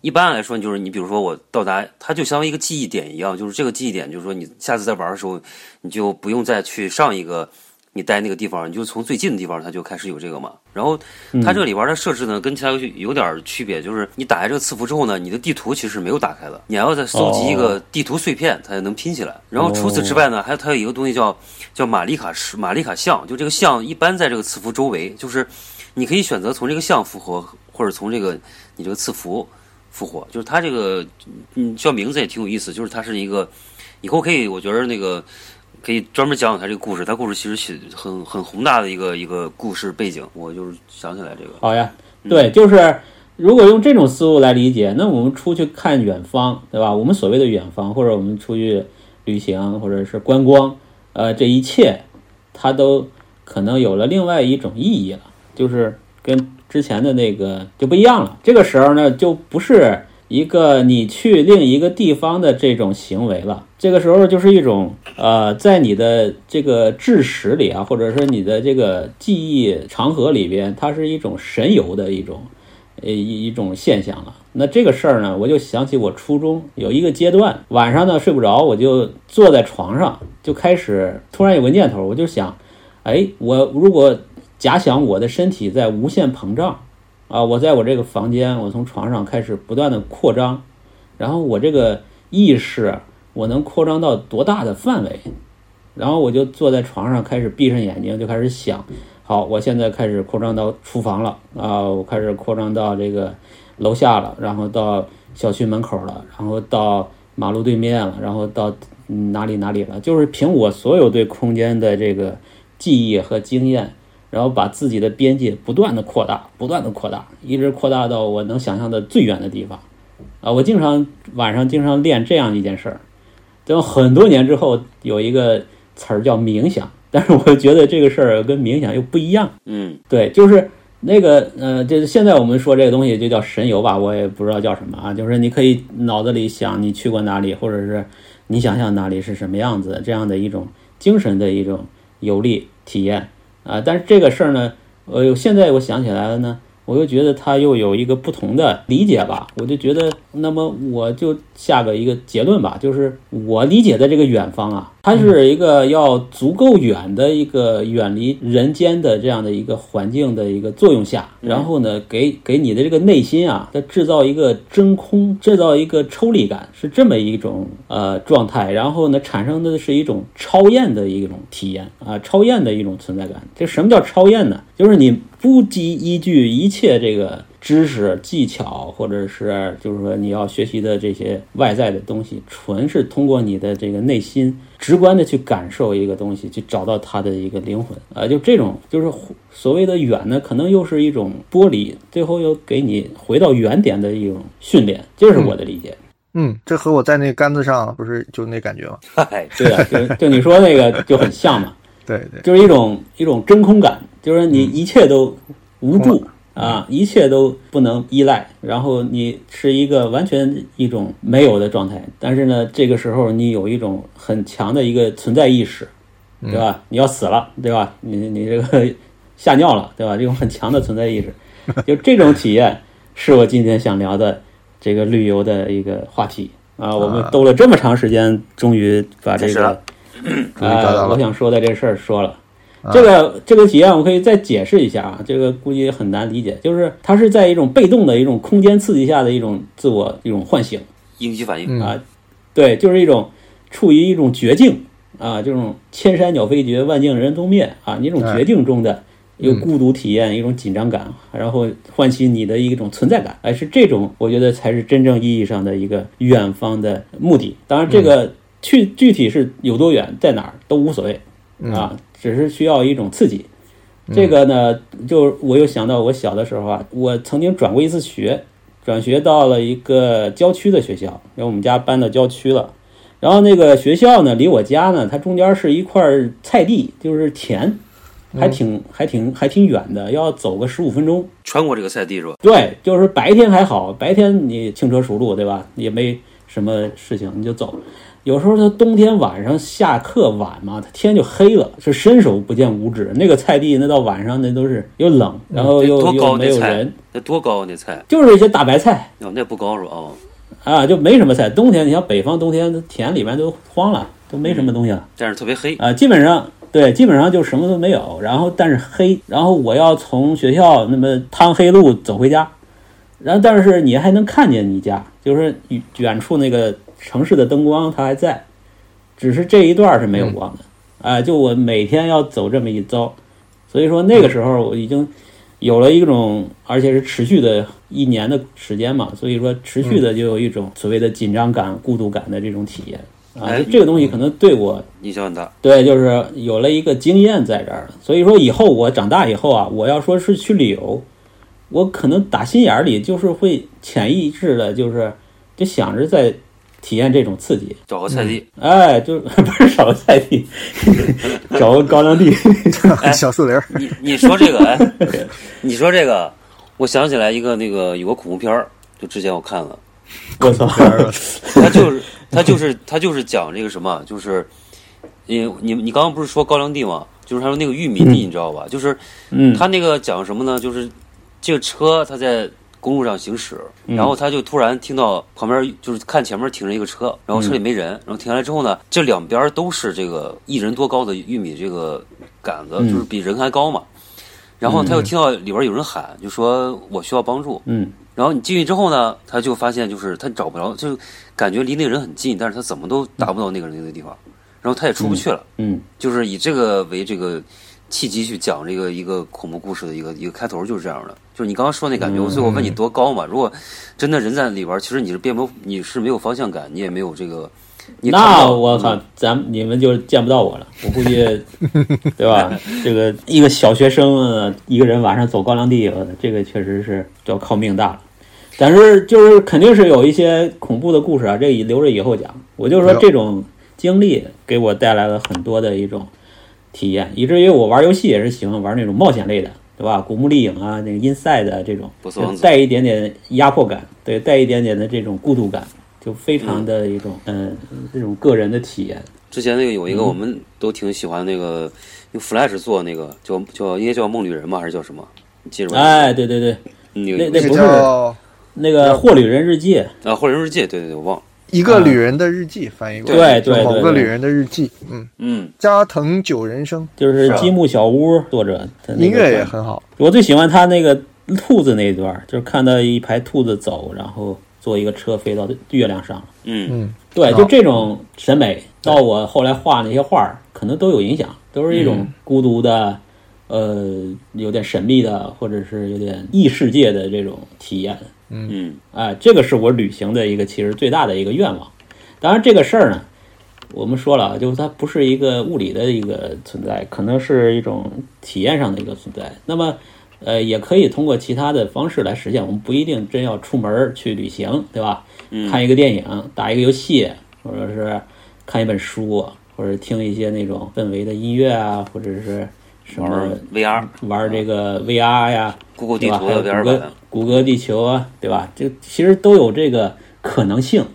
C: 一般来说就是你比如说我到达，它就相当于一个记忆点一样，就是这个记忆点，就是说你下次再玩的时候，你就不用再去上一个。你待那个地方，你就从最近的地方，它就开始有这个嘛。然后它这个里边的设置呢，跟其他游戏有点区别，就是你打开这个伺服之后呢，你的地图其实没有打开的，你还要再搜集一个地图碎片，它才能拼起来。然后除此之外
B: 哦
C: 呢，还有它有一个东西叫叫玛丽卡石、玛丽卡像，就这个像一般在这个伺服周围，就是你可以选择从这个像复活，或者从这个你这个赐福复活。就是它这个，嗯，叫名字也挺有意思，就是它是一个以后可以，我觉得那个可以专门讲讲它这个故事。它故事其实写很很宏大的一个一个故事背景，我就是想起来这个。
B: 好呀，对，就是如果用这种思路来理解，那我们出去看远方，对吧？我们所谓的远方，或者我们出去旅行，或者是观光，呃，这一切它都可能有了另外一种意义了，就是跟之前的那个就不一样了。这个时候呢，就不是一个你去另一个地方的这种行为了，这个时候就是一种呃，在你的这个智识里啊，或者是你的这个记忆长河里边，它是一种神游的一种，呃一一种现象了。那这个事儿呢，我就想起我初中有一个阶段，晚上呢睡不着，我就坐在床上，就开始突然有个念头，我就想，哎，我如果假想我的身体在无限膨胀，啊，我在我这个房间，我从床上开始不断的扩张，然后我这个意识，我能扩张到多大的范围？然后我就坐在床上，开始闭上眼睛，就开始想，好，我现在开始扩张到厨房了啊，我开始扩张到这个楼下了，然后到小区门口了，然后到马路对面了，然后到嗯哪里哪里了，就是凭我所有对空间的这个记忆和经验，然后把自己的边界不断的扩大，不断的扩大，一直扩大到我能想象的最远的地方，啊，我经常晚上经常练这样一件事儿，等很多年之后有一个词儿叫冥想， 但是我觉得这个事儿跟冥想又不一样。
C: 嗯，
B: 对，就是那个呃，就是现在我们说这个东西就叫神游吧，我也不知道叫什么啊。就是你可以脑子里想你去过哪里，或者是你想象哪里是什么样子，这样的一种精神的一种游历体验啊、但是这个事儿呢，呃，现在我想起来了呢。我又觉得它又有一个不同的理解吧，我就觉得，那么我就下个一个结论吧，就是我理解的这个远方啊，它是一个要足够远的一个远离人间的这样的一个环境的一个作用下，然后呢，给给你的这个内心啊，它制造一个真空，制造一个抽离感，是这么一种呃状态，然后呢，产生的是一种超验的一种体验啊，超验的一种存在感。这什么叫超验呢？就是你不基依据一切这个知识、技巧，或者是就是说你要学习的这些外在的东西，纯是通过你的这个内心直观的去感受一个东西，去找到它的一个灵魂啊、呃就这种就是所谓的远呢，可能又是一种剥离，最后又给你回到原点的一种训练，这是我的理解。
A: 嗯，这和我在那杆子上不是就那感觉吗？
C: 嗨，这
B: 对啊，就就你说那个就很像嘛。
A: 对 对，嗯
B: 就是一种一种真空感，就是你一切都无助、啊，一切都不能依赖，然后你是一个完全一种没有的状态。但是呢，这个时候你有一种很强的一个存在意识，
A: 嗯
B: 对吧？你要死了，对吧？你你这个 吓尿了，对吧？这种很强的存 在意识，就这种体验是我今天想聊的这个旅游的一个话题啊。我们兜了这么长时间，终于把这
C: 解释
B: 个
C: 了。
A: 终于找到
B: 呃，我
A: 了。啊
B: 想说的这事儿说了。这个这个体验我可以再解释一下啊，这个估计很难理解，就是它是在一种被动的一种空间刺激下的一种自我一种唤醒，
C: 应激反应。
A: 嗯
B: 对，就是一种处于一种绝境啊，这种千山鸟飞绝，万径人踪灭啊，你一种
A: 哎
B: 绝境中的一个孤独体验，一种紧张感，然后唤起你的一种存在感，哎，是这种，我觉得才是真正意义上的一个远方的目的。当然，这个去具体是有多远，在哪儿都无所谓啊，只是需要一种刺激。这个呢，就我又想到我小的时候啊，我曾经转过一次学，转学到了一个郊区的学校，因为我们家搬到郊区了。然后那个学校呢，离我家呢，它中间是一块菜地，就是田，还
C: 嗯
B: 挺、还挺还挺远的，要走个十五分钟。
C: 穿过这个菜地是吧？
B: 对，就是白天还好，白天你轻车熟路，对吧？也没什么事情，你就走。有时候它冬天晚上下课晚嘛，它天就黑了，是伸手不见五指。那个菜地那到晚上那都是又冷，然后又、
C: 嗯多
B: 又
C: 高
B: 没
C: 那
B: 有
C: 菜
B: 人，？
C: 那多高那菜？
B: 就是一些大白菜，
C: 哦，那不高是吧？哦，
B: 啊，就没什么菜。冬天，你像北方冬天，田里面都荒了，都没什么东西了
C: 但是特别黑。
B: 啊。基本上，对，基本上就什么都没有。然后但是黑，然后我要从学校那么趟黑路走回家，然后但是你还能看见你家，就是远远处那个城市的灯光它还在，只是这一段是没
C: 嗯
B: 有光的。哎、就我每天要走这么一遭，所以说那个时候我已经有了一种，而且是持续的一年的时间嘛，所以说持
C: 嗯
B: 续的就有一种所谓的紧张感、孤独感的这种体验啊
C: 哎。
B: 这个东西可能对我
C: 影响很大。
B: 对，就是有了一个经验在这儿了，所以说以后我长大以后啊，我要说是去旅游，我可能打心眼儿里就是会潜意识的，就是就想着在体验这种刺激，
C: 找个菜地，
B: 哎，就不是找个菜地， 找个高粱地，哎
A: 小树林 儿，
C: 你你说这个，哎， 你说这个，我想起来一个那个有个恐怖片儿，就之前我看了，
B: 我操，
C: 他就是他就是他就是讲这个什么，就是你你你刚刚不是说高粱地吗？就是他说那个玉米地，你知道吧？就是
B: 嗯，
C: 他那个讲什么呢？就是这个车他在公路上行驶，
B: 嗯
C: 然后他就突然听到旁边就是看前面停着一个车，然
B: 嗯
C: 后车里没人，然后停下来之后呢，这两边都是这个一人多高的玉米这个杆
B: 嗯
C: 子，就是比人还高嘛。然后他又听到里边有人喊，就说我需要帮助。
B: 嗯
C: 然后你进去之后呢，他就发现就是他找不着，就是感觉离那个人很近，但是他怎么都达不到那个人那个地方，然后他也出不去了。
B: 嗯
C: 就是以这个为这个契机去讲这个一个恐怖故事的一个一个开头就是这样的，就是你刚刚说那感觉，我最后问你
B: 嗯
C: 多高嘛？如果真的人在里边儿，其实你是变不，你是没有方向感，你也没有这个，你也看不
B: 那
C: 到嗯
B: 我靠，咱你们就见不到我了，我估计，对吧？这个一个小学生啊一个人晚上走高粱地，我这个确实是要靠命大了。但是就是肯定是有一些恐怖的故事啊，这个留着以后讲。我就说
A: 没有
B: 这种经历给我带来了很多的一种体验，以至于我玩游戏也是喜欢玩那种冒险类的，对吧？古墓丽影啊，那个 Inside 啊这种
C: 不是王，子
B: 带一点点压迫感，对，带一点点的这种孤独感，就非常的一种嗯这种个人的体验。
C: 之前那个有
B: 嗯
C: 一个我们都挺喜欢那个用 Flash 做那个叫叫应该叫梦旅人吧，还是叫什么？你记着吧？嗯
B: 哎，对对对，
C: 那个
B: 那
C: 游
A: 这
C: 戏
B: 不是
A: 叫《
B: 那个《霍旅人日记》
C: 啊，或者日记，对对对，我忘了。
A: 一个旅人的日记》，翻译过来，
B: 啊对
A: 就
B: 对
A: 某
B: 对
A: 个
B: 对
A: 旅人的日记。嗯，
C: 嗯，
A: 加藤久人生，
B: 就是
C: 是啊
B: 积木小屋作者，他那个
A: 音乐也很好。
B: 我最喜欢他那个兔子那一段，就是看到一排兔子走，然后坐一个车飞到月亮上了。
C: 嗯，
A: 嗯，
B: 对，
A: 啊
B: 就这种审美，到我后来画那些画儿，可能都有影响，都是一种孤独的，呃，有点神秘的，或者是有点异世界的这种体验。
C: 嗯，
B: 哎，这个是我旅行的一个其实最大的一个愿望。当然，这个事儿呢，我们说了啊，就是它不是一个物理的一个存在，可能是一种体验上的一个存在。那么，呃，也可以通过其他的方式来实现。我们不一定真要出门儿去旅行，对吧？
C: 嗯
B: 看一个电影，打一个游戏，或者是看一本书，或者听一些那种氛围的音乐啊，或者是什
C: 玩
B: 么
C: 儿 VR，
B: 玩儿这个 VR 呀、
C: Google
B: 对
C: 地
B: 嗯吧？
C: 图
B: 还有
C: 的
B: 谷
C: VR
B: 歌
C: 版，
B: 谷歌地球啊，对吧？这其实都有这个可能性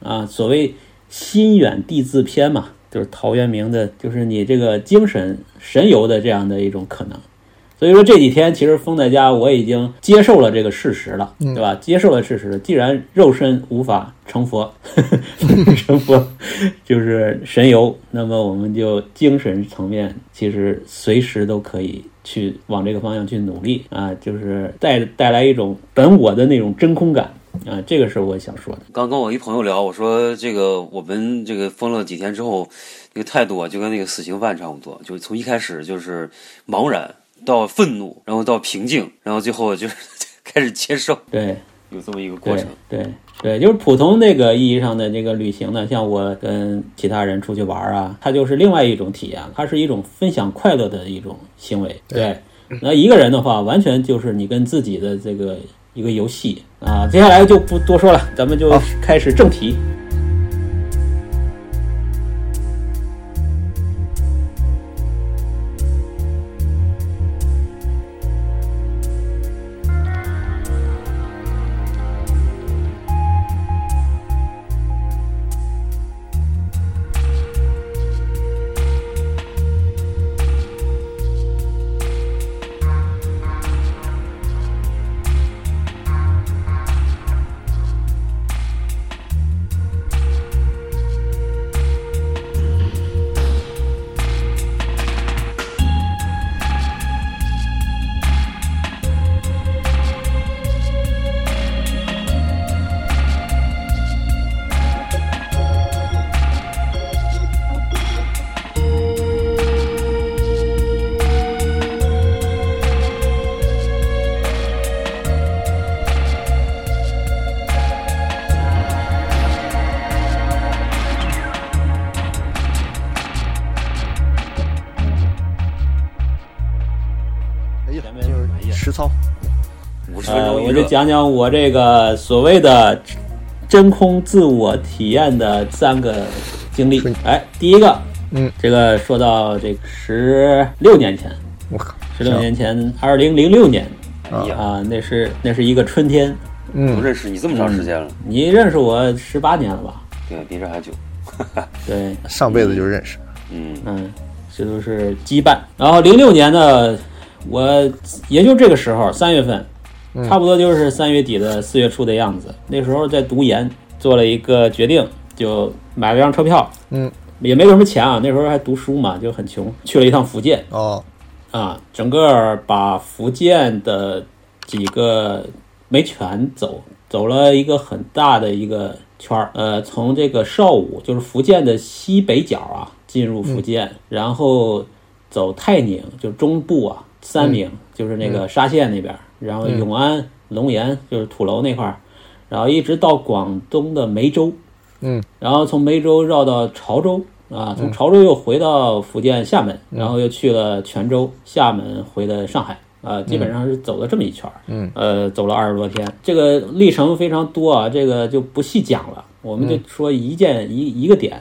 B: 啊。所谓心远地自偏嘛，就是陶渊明的，就是你这个精神神游的这样的一种可能。所以说这几天其实封在家，我已经接受了这个事实了，对吧？接受了事实，既然肉身无法成佛， 成佛就是神游，那么我们就精神层面其实随时都可以去往这个方向去努力啊，就是带带来一种本我的那种真空感啊，这个是我想说的。
C: 刚跟我一朋友聊，我说这个我们这个封了几天之后，这个态度啊，就跟那个死刑犯差不多，就是从一开始就是茫然到愤怒，然后到平静，然后最后就是 开始接受，
B: 对，
C: 有这么一个过
B: 对
C: 程。
B: 对对，就是普通那个意义上的这个旅行呢，像我跟其他人出去玩啊，它就是另外一种体验，它是一种分享快乐的一种行为。对，那一个人的话，完全就是你跟自己的这个一个游戏啊。接下来就不多说了，咱们就
A: 好
B: 开始正题。
A: 哎实操。
C: 五十分
B: 呃，
C: 钟
B: 我
C: 预
B: 就
C: 热，
B: 讲讲我这个所谓的真空自我体验的三个经历
A: 是。
B: 哎，第一个，
A: 嗯，
B: 这个说到这十六年前，
A: 我靠，
B: 十六年前，二零零六年
C: 哎呀，
B: 啊、那是那是一个春天。
C: 我
A: 嗯，
C: 认识你这么长时间了，
B: 你认识我十八年了吧？
C: 对，比这还久。
B: 对，
A: 上辈子就认识。
C: 嗯，
B: 嗯，这都是羁绊。然后零六年呢，我也就这个时候，三月份，差不多就是三月底的四月初的样子。那时候在读研，做了一个决定，就买了张车票，
A: 嗯，
B: 也没有什么钱啊，那时候还读书嘛，就很穷，去了一趟福建
A: 哦，
B: 啊，整个把福建的几个没全走，走了一个很大的一个圈儿。呃，从这个邵武，就是福建的西北角啊，进入福建，然后走泰宁，就中部啊，三明、就是那个沙县那边儿，然后永安、龙岩就是土楼那块儿，然后一直到广东的梅州，
A: 嗯，
B: 然后从梅州绕到潮州。啊，从潮州又回到福建厦门，然后又去了泉州、厦门，回的上海，啊，基本上是走了这么一圈儿。呃，走了二十多天，这个历程非常多啊，这个就不细讲了，我们就说一件、一一个点，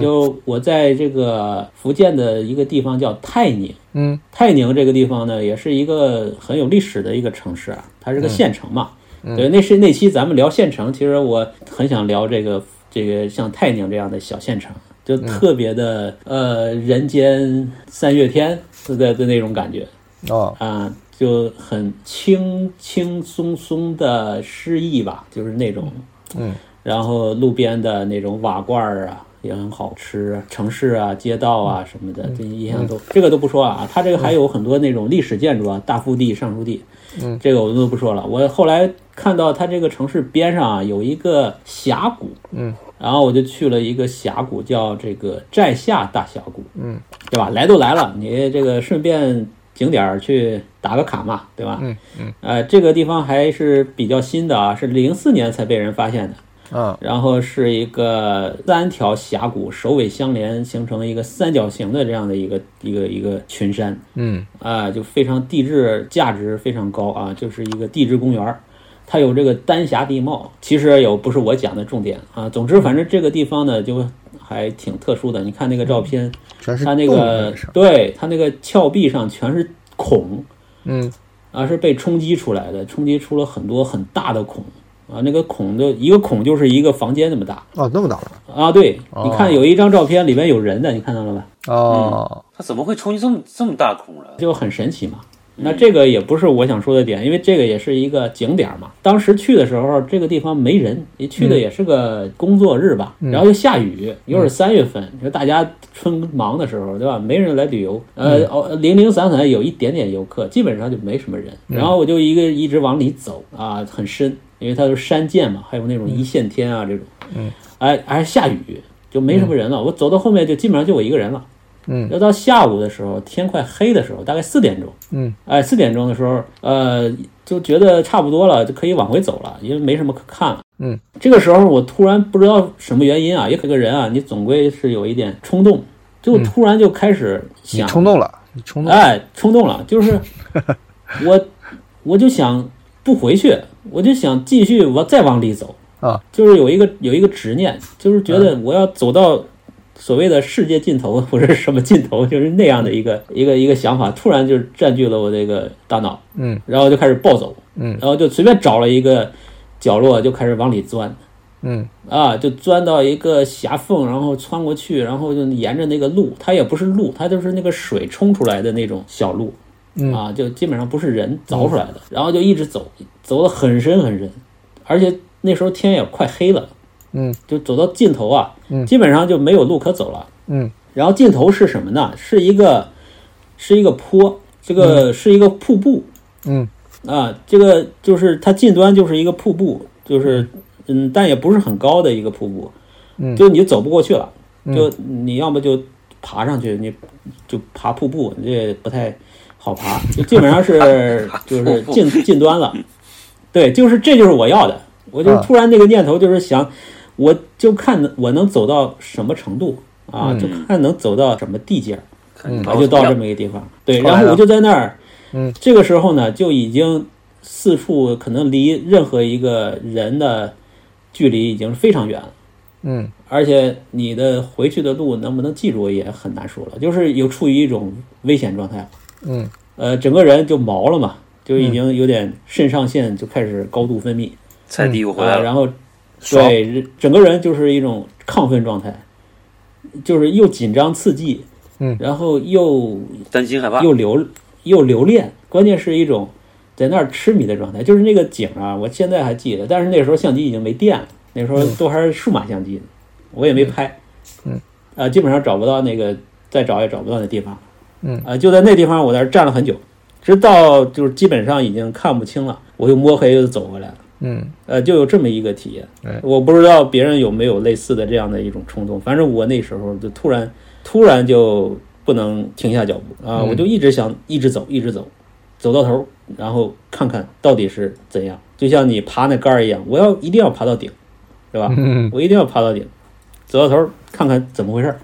B: 就我在这个福建的一个地方叫泰宁，
A: 嗯
B: 泰宁这个地方呢，也是一个很有历史的一个城市啊，它是个县城嘛。对，那是那期咱们聊县城，其实我很想聊这个这个像泰宁这样的小县城，就特别的、呃人间三月天是的的那种感觉。
A: 哦，
B: 啊、就很轻轻松松的诗意吧，就是那种，
A: 嗯，
B: 然后路边的那种瓦罐儿啊。也很好吃，城市啊、街道啊什么的，
A: 嗯
B: 这印象都、这个都不说啊。它这个还有很多那种历史建筑啊，大腹地、上书地，嗯，这个我们都不说了。我后来看到它这个城市边上啊有一个峡谷，
A: 嗯，
B: 然后我就去了一个峡谷，叫这个寨下大峡谷，对吧？来都来了，你这个顺便景点儿去打个卡嘛，对吧？
A: 嗯嗯，
B: 呃，这个地方还是比较新的啊，是零四年才被人发现的。
A: 啊，
B: 然后是一个三条峡谷首尾相连，形成一个三角形的这样的一个一个一个群山
A: 嗯
B: 啊、就非常地质价值非常高啊，就是一个地质公园儿。它有这个丹霞地貌，其实有不是我讲的重点啊。总之，反正这个地方呢，就还挺特殊的。你看那个照片，
A: 全是
B: 它那
A: 动
B: 个
A: 的事儿
B: 对它那个峭壁上全是孔
A: 嗯
B: 啊，是被冲击出来的，冲击出了很多很大的孔啊，那个孔的一个孔就是一个房间那么大
A: 哦，那么大了
B: 啊。对，
A: 哦
B: 你看有一张照片里面有人的，你看到了吧？
A: 哦，
C: 他怎么会冲击这么这么大孔呢？
B: 就很神奇嘛。那这个也不是我想说的点，因为这个也是一个景点嘛。当时去的时候，这个地方没人，你去的也是个工作日吧，然后又下雨，又是三月份，你说大家春忙的时候，对吧？没人来旅游，呃，哦，零零散散有一点点游客，基本上就没什么人。然后我就一个一直往里走啊，很深，因为它是山涧嘛，还有那种一线天啊这种，嗯，哎，还下雨，就没什么人了。我走到后面就基本上就我一个人了。
A: 嗯
B: 要到下午的时候，天快黑的时候，大概四点钟，
A: 嗯，
B: 哎，四点钟的时候，呃，就觉得差不多了，就可以往回走了，因为没什么可看了。
A: 嗯，
B: 这个时候我突然不知道什么原因啊，也可个人啊，你总归是有一点冲动，就突然就开始
A: 嗯你
B: 想，
A: 冲动了，你冲动了，
B: 哎，冲动了，就是 我，我就想不回去，我就想继续往再往里走
A: 啊，
B: 就是有一个有一个执念，就是觉得我要走到所谓的世界尽头 或者是什么尽头，就是那样的一个一个一个想法，突然就占据了我这个大脑，
A: 嗯，
B: 然后就开始暴走，
A: 嗯，
B: 然后就随便找了一个角落就开始往里钻，
A: 嗯
B: 啊，就钻到一个狭缝，然后穿过去，然后就沿着那个路，它也不是路，它就是那个水冲出来的那种小路，
A: 嗯
B: 啊，就基本上不是人凿出来的，然后就一直走，走得很深很深，而且那时候天也快黑了，
A: 嗯
B: 就走到尽头啊，基本上就没有路可走了。
A: 嗯
B: 然后尽头是什么呢？是一个是一个坡，这个是一个瀑布，
A: 嗯
B: 啊，这个就是它近端就是一个瀑布，就是嗯，但也不是很高的一个瀑布，
A: 嗯
B: 就你就走不过去了，就你要么就爬上去，你就爬瀑布，你这也不太好爬，就基本上 是 就是
C: 瀑布
B: 近近端了，对，就是这就是我要的，我就
A: 啊
B: 突然那个念头就是想，我就看我能走到什么程度
A: 嗯
B: 啊，就看能走到什么地界儿。
C: 看你把
B: 我
C: 我
B: 啊就
C: 怎么
B: 到
C: 样
B: 这么一个地方，对，
A: 后来
B: 然后
A: 呢
B: 我就在那儿，
A: 嗯，
B: 这个时候呢，就已经四处可能离任何一个人的距离已经是非常远了。
A: 嗯
B: 而且你的回去的路能不能记住也很难说了，就是有处于一种危险状态了，
A: 嗯
B: 呃，整个人就毛了嘛，就已经有点肾上腺就开始高度分泌，
C: 菜地又回来
B: 呃，
C: 了，
B: 然后
A: 爽
B: 对整个人就是一种亢奋状态，就是又紧张刺激，
A: 嗯
B: 然后又
C: 担心害怕，
B: 又留又留恋，关键是一种在那儿痴迷的状态。就是那个景啊，我现在还记得，但是那时候相机已经没电了，那时候都还是数码相机呢，我也没拍，
A: 嗯，
B: 啊、基本上找不到那个，再找也找不到那地方，
A: 嗯
B: 啊、就在那地方我在那儿站了很久，直到就是基本上已经看不清了，我又摸黑又走回来了。
A: 嗯
B: 呃，就有这么一个体验
A: 哎。
B: 我不知道别人有没有类似的这样的一种冲动，反正我那时候就突然突然就不能停下脚步啊，
A: 嗯
B: 我就一直想一直走，一直走，走到头，然后看看到底是怎样。就像你爬那杆儿一样，我要一定要爬到顶，是吧？
A: 嗯
B: 我一定要爬到顶，走到头儿看看怎么回事儿。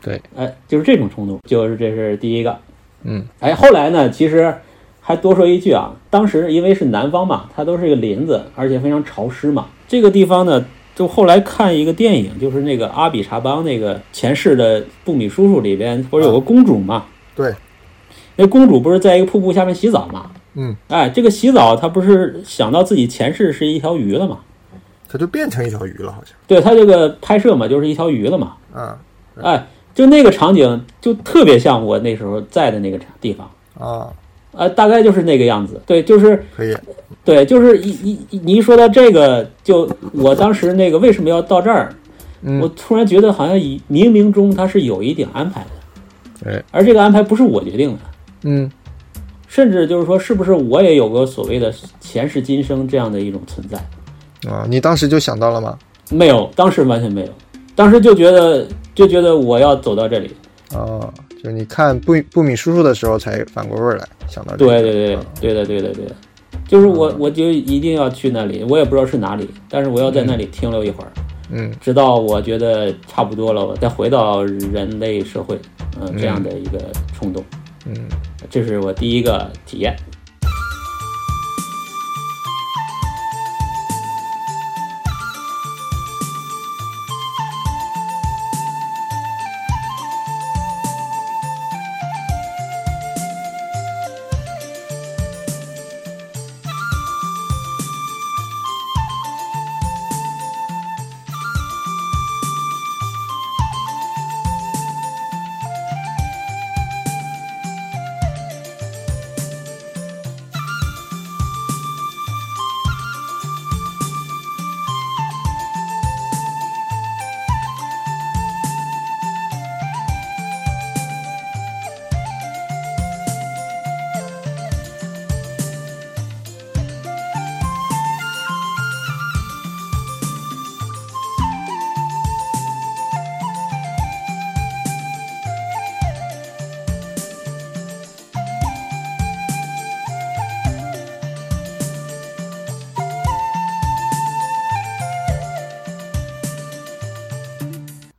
A: 对，
B: 哎，就是这种冲动，就是这是第一个。
A: 嗯，
B: 哎，后来呢，其实还多说一句啊，当时因为是南方嘛，它都是一个林子，而且非常潮湿嘛。这个地方呢，就后来看一个电影，就是那个阿比查邦那个前世的布米叔叔里边，不是有个公主嘛？
A: 对，
B: 那公主不是在一个瀑布下面洗澡嘛？
A: 嗯，
B: 哎，这个洗澡，她不是想到自己前世是一条鱼了嘛？
A: 它就变成一条鱼了，好像
B: 对她这个拍摄嘛，就是一条鱼了嘛。
A: 啊
B: 哎，就那个场景就特别像我那时候在的那个地方，
A: 啊，
B: 呃，大概就是那个样子。对，就是
A: 可以，
B: 对，就是一一一你一说到这个，就我当时那个为什么要到这儿，
A: 嗯
B: 我突然觉得好像以冥冥中它是有一点安排
A: 哎
B: 的，而这个安排不是我决定的，
A: 嗯
B: 甚至就是说，是不是我也有个所谓的前世今生这样的一种存在？
A: 啊，你当时就想到了吗？
B: 没有，当时完全没有，当时就觉得就觉得我要走到这里，
A: 啊，就是你看布布米叔叔的时候才反过味儿来想到这嗯个
B: 对对对对的对的对的，就是我我就一定要去那里，我也不知道是哪里，但是我要在那里停留一会儿，
A: 嗯
B: 直到我觉得差不多了，我再回到人类社会，嗯、这样的一个冲动，
A: 嗯
B: 这是我第一个体验。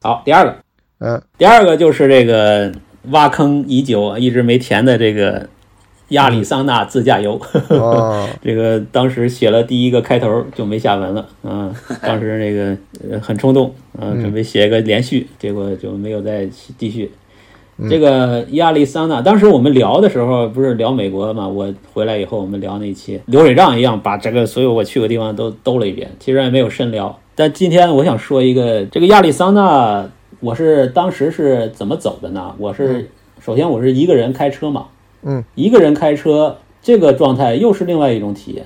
B: 好，第二个，
A: 嗯
B: 第二个就是这个挖坑已久一直没填的这个亚利桑那自驾游。
A: 哦，
B: 这个当时写了第一个开头就没下文了，啊，当时那个呃很冲动，啊，准备写一个连续，结果就没有再继续。这个亚利桑那，当时我们聊的时候不是聊美国嘛？我回来以后，我们聊那期流水账一样，把这个所有我去过地方都兜了一遍，其实也没有深聊。但今天我想说一个，这个亚利桑那，我是当时是怎么走的呢？我是首先我是一个人开车嘛，
A: 嗯，
B: 一个人开车这个状态又是另外一种体验。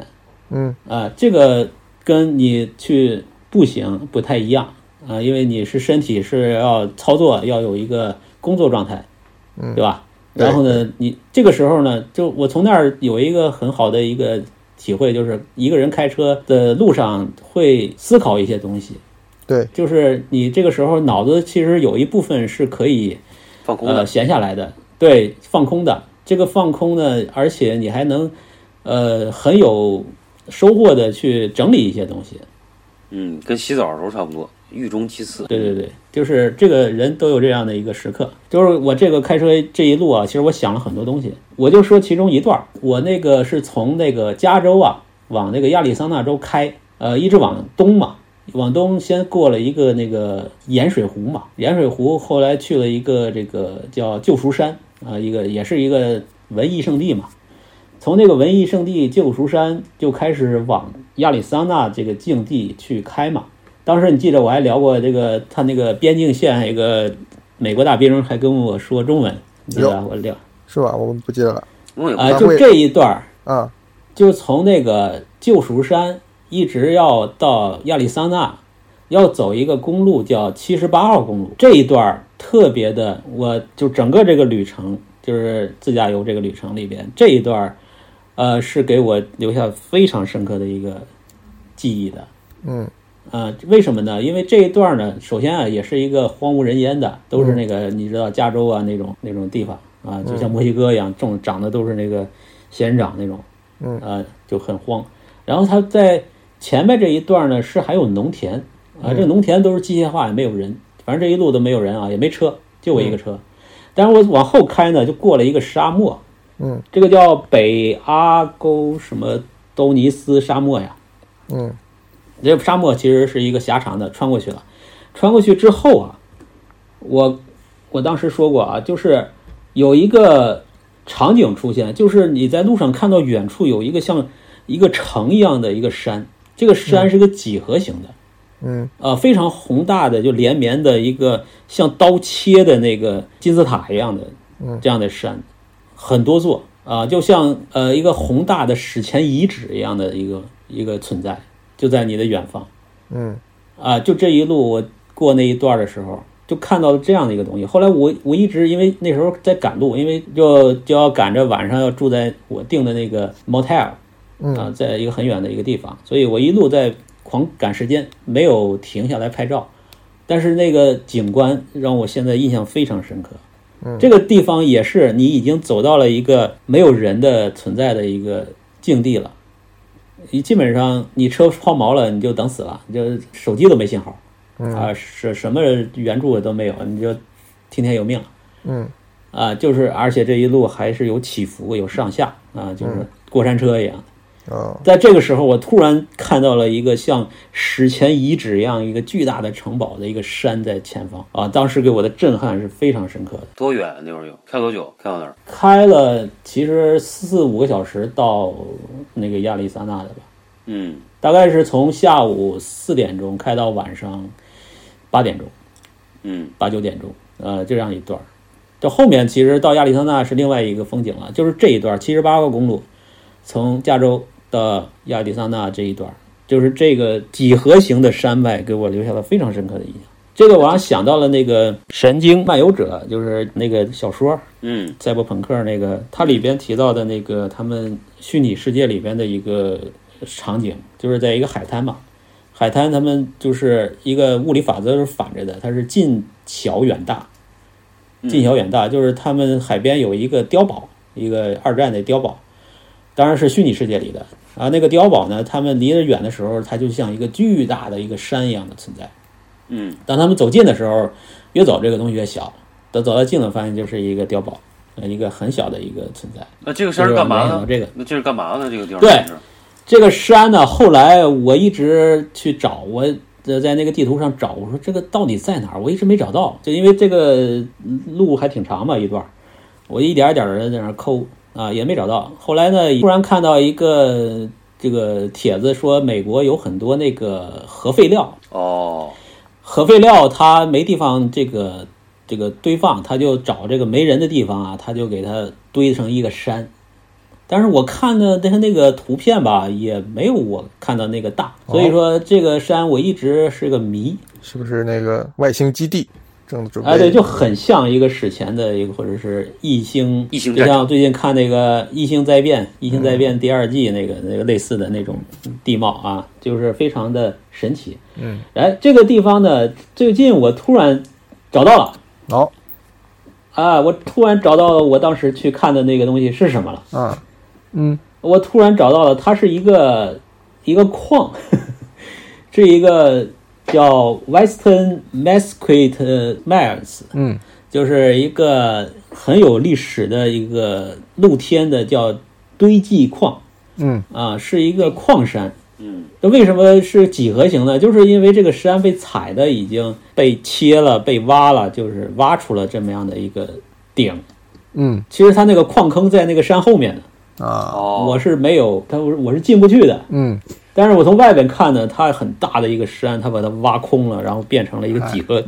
A: 嗯
B: 啊，这个跟你去步行不太一样啊，因为你是身体是要操作，要有一个工作状态，
A: 嗯
B: 对吧？
A: 对
B: 然后呢，你这个时候呢，就我从那儿有一个很好的一个体会，就是一个人开车的路上会思考一些东西，
A: 对，
B: 就是你这个时候脑子其实有一部分是可以
C: 放空
B: 呃
C: 了，
B: 闲下来的，对，放空的。这个放空呢，而且你还能，呃，很有收获的去整理一些东西。
C: 嗯，跟洗澡的时候差不多，狱中其四。
B: 对对对，就是这个人都有这样的一个时刻。就是我这个开车这一路啊，其实我想了很多东西。我就说其中一段儿，我那个是从那个加州啊往那个亚利桑那州开，呃，一直往东嘛，往东先过了一个那个盐水湖嘛，盐水湖后来去了一个这个叫救赎山啊、一个也是一个文艺圣地嘛。从那个文艺圣地救赎山就开始往亚利桑那这个境地去开嘛。当时你记得我还聊过这个，他那个边境线有个美国大兵还跟我说中文，你记得吧我聊
A: 是吧？我们不记得了
C: 我也不
B: 啊、
A: 他
B: 就
A: 会
B: 这一段儿，
A: 啊。
B: 就从那个救赎山一直要到亚利桑那，要走一个公路叫七十八号公路，这一段儿特别的，我就整个这个旅程，就是自驾游这个旅程里边这一段儿，呃，是给我留下非常深刻的一个记忆的。
A: 嗯，
B: 呃，为什么呢？因为这一段呢，首先啊，也是一个荒无人烟的，都是那个、你知道加州啊那种那种地方啊，就像墨西哥一样，种长的都是那个仙人掌那种，
A: 嗯
B: 啊，就很荒。然后它在前面这一段呢，是还有农田啊，
A: 嗯
B: 这农田都是机械化，也没有人，反正这一路都没有人啊，也没车，就我一个
A: 嗯
B: 车。但是我往后开呢，就过了一个沙漠，
A: 嗯，
B: 这个叫北阿沟什么都尼斯沙漠呀，
A: 嗯，
B: 这沙漠其实是一个狭长的，穿过去了。穿过去之后啊，我我当时说过啊，就是有一个场景出现，就是你在路上看到远处有一个像一个城一样的一个山，这个山是个几何形的，
A: 嗯，
B: 呃，非常宏大的，就连绵的一个像刀切的那个金字塔一样的，
A: 嗯
B: 这样的山，很多座啊、就像呃一个宏大的史前遗址一样的一个一个存在，就在你的远方。
A: 嗯，
B: 啊，就这一路我过那一段的时候，就看到了这样的一个东西。后来我我一直因为那时候在赶路，因为就就要赶着晚上要住在我订的那个 motel，
A: 嗯
B: 啊，在一个很远的一个地方，所以我一路在狂赶时间，没有停下来拍照。但是那个景观让我现在印象非常深刻。
A: 嗯
B: 这个地方也是你已经走到了一个没有人的存在的一个境地了。你基本上你车抛锚了，你就等死了，你就手机都没信号，啊，什什么援助都没有，你就听天由命了。
A: 嗯，
B: 啊，就是而且这一路还是有起伏，有上下啊，就是过山车一样。
A: 哦，
B: 在这个时候，我突然看到了一个像史前遗址一样一个巨大的城堡的一个山在前方啊，当时给我的震撼是非常深刻的。
C: 多远那会儿有？开多久？开到哪儿？
B: 开了其实四五个小时到那个亚利桑那的吧，
C: 嗯，
B: 大概是从下午四点钟开到晚上八点钟，
C: 嗯，
B: 八九点钟，呃，就这样一段儿。这后面其实到亚利桑那是另外一个风景了，就是这一段七十八个公路，从加州到亚利桑那这一段儿，就是这个几何形的山脉给我留下了非常深刻的印象。这个我让想到了那个《神经漫游者》，就是那个小说，
C: 嗯，
B: 赛博朋克那个，它里边提到的那个他们虚拟世界里边的一个场景，就是在一个海滩嘛，海滩他们就是一个物理法则是反着的，它是近小远大，近小远大，就是他们海边有一个碉堡，一个二战的碉堡，当然是虚拟世界里的啊，那个碉堡呢，他们离得远的时候，它就像一个巨大的一个山一样的存在。
C: 嗯，
B: 当他们走近的时候，越走这个东西越小，等走到近了，发现就是一个碉堡，呃，一个很小的一个存在。
C: 那这个
B: 这
C: 山
B: 是
C: 是干嘛
B: 联想到
C: 呢？
B: 这个
C: 那这是干嘛呢？这个地方
B: 对
C: 是
B: 这个山呢，后来我一直去找，我呃在那个地图上找，我说这个到底在哪儿？我一直没找到，就因为这个路还挺长嘛，一段儿，我一点儿一点的在那儿抠啊，也没找到。后来呢，突然看到一个这个帖子说，美国有很多那个核废料，
C: 哦，
B: 核废料它没地方这个这个堆放，它就找这个没人的地方啊，它就给它堆成一个山。但是我看的它那个图片吧，也没有我看到那个大，所以说这个山我一直是个谜。
A: 是不是那个外星基地正准备？
B: 哎，对，就很像一个史前的一个，或者是异星，
C: 异星
B: 就
C: 战争
B: 像最近看那个《异星灾变》《异星灾变》第二季那个、那个类似的那种地貌啊，就是非常的神奇。
A: 嗯，
B: 哎，这个地方呢，最近我突然找到了。
A: 好
B: 啊，我突然找到了我当时去看的那个东西是什么了。
A: 啊，嗯
B: 我突然找到了，它是一个一个矿，是一个叫 Western Mesquite Mines，
A: 嗯
B: 就是一个很有历史的一个露天的叫堆积矿
A: 嗯
B: 啊，是一个矿山。
C: 嗯，
B: 那为什么是几何形呢？就是因为这个山被踩的已经被切了、被挖了，就是挖出了这么样的一个顶。
A: 嗯
B: 其实它那个矿坑在那个山后面呢，
A: 啊
C: 哦，
B: 我是没有，它我是我是进不去的。
A: 嗯
B: 但是我从外边看呢，它很大的一个山，它把它挖空了，然后变成了一个几何、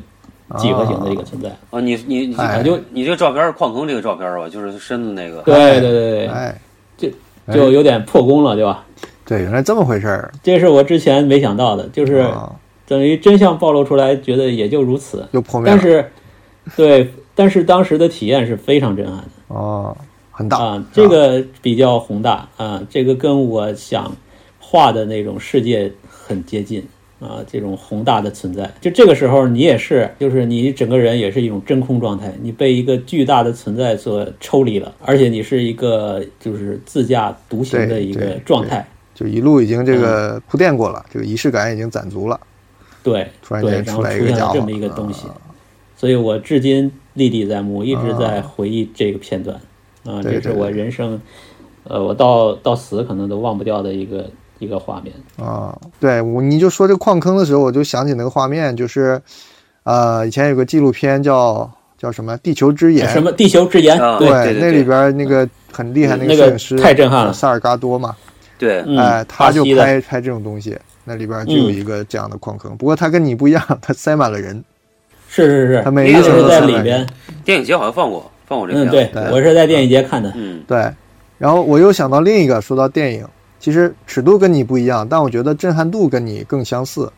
B: 几何形的一个存在。
C: 啊，你你你，
A: 哎
C: 就你这个照片是矿坑这个照片吧？就是深的那个。
B: 对对对
A: 哎
B: 对，就有点破功了，对吧？
A: 对，原来这么回事儿，
B: 这是我之前没想到的，就是
A: 啊
B: 等于真相暴露出来，觉得也就如此。
A: 又破灭
B: 但
A: 了
B: 是，对，但是当时的体验是非常震撼的
A: 哦，很大
B: 啊
A: 是吧，
B: 这个比较宏大啊，这个跟我想画的那种世界很接近啊，这种宏大的存在。就这个时候，你也是，就是你整个人也是一种真空状态，你被一个巨大的存在所抽离了，而且你是一个就是自驾独行的
A: 对
B: 一个
A: 对
B: 状
A: 对
B: 态，
A: 就一路已经这个
B: 嗯
A: 铺垫过了，这个仪式感已经攒足了，
B: 对
A: 突然
B: 对，
A: 间
B: 然后
A: 出
B: 出
A: 来一个啊
B: 现
A: 家
B: 了
A: 伙，
B: 这么一个东西，所以我至今历历在目，一直在回忆这个片段。啊、
A: 啊对
B: 这是我
A: 对
B: 人生，呃，我到到死可能都忘不掉的一个一个画面。
A: 啊，对我你就说这个矿坑的时候，我就想起那个画面，就是，呃，以前有个纪录片叫叫什么《地球之眼》，
B: 啊什么地球之眼？
C: 啊
B: 对，嗯
C: 对对
A: 那
C: 对
A: 里边那个很厉害那
B: 那
A: 个
B: 个
A: 摄影师，
B: 太震撼了
A: 萨尔嘎多嘛，
C: 对，
B: 嗯，
A: 哎，他
B: 巴
A: 就
B: 西的嗯
A: 拍拍这种东西，那里边就有一个这样的矿坑，不过他跟你不一样， 他塞满了人，
B: 是是是，
A: 他每
C: 一
B: 我
C: 个人
B: 是
C: 都
B: 在
C: 在
B: 里
A: 里
B: 边。
C: 电影节好像放过放过这
B: 嗯，
C: 片。
B: 对，
A: 对
B: 我是在电影节看的。
C: 嗯，
A: 对。然后我又想到另一个，说到电影，其实尺度跟你不一样，但我觉得震撼度跟你更相似。
B: 嗯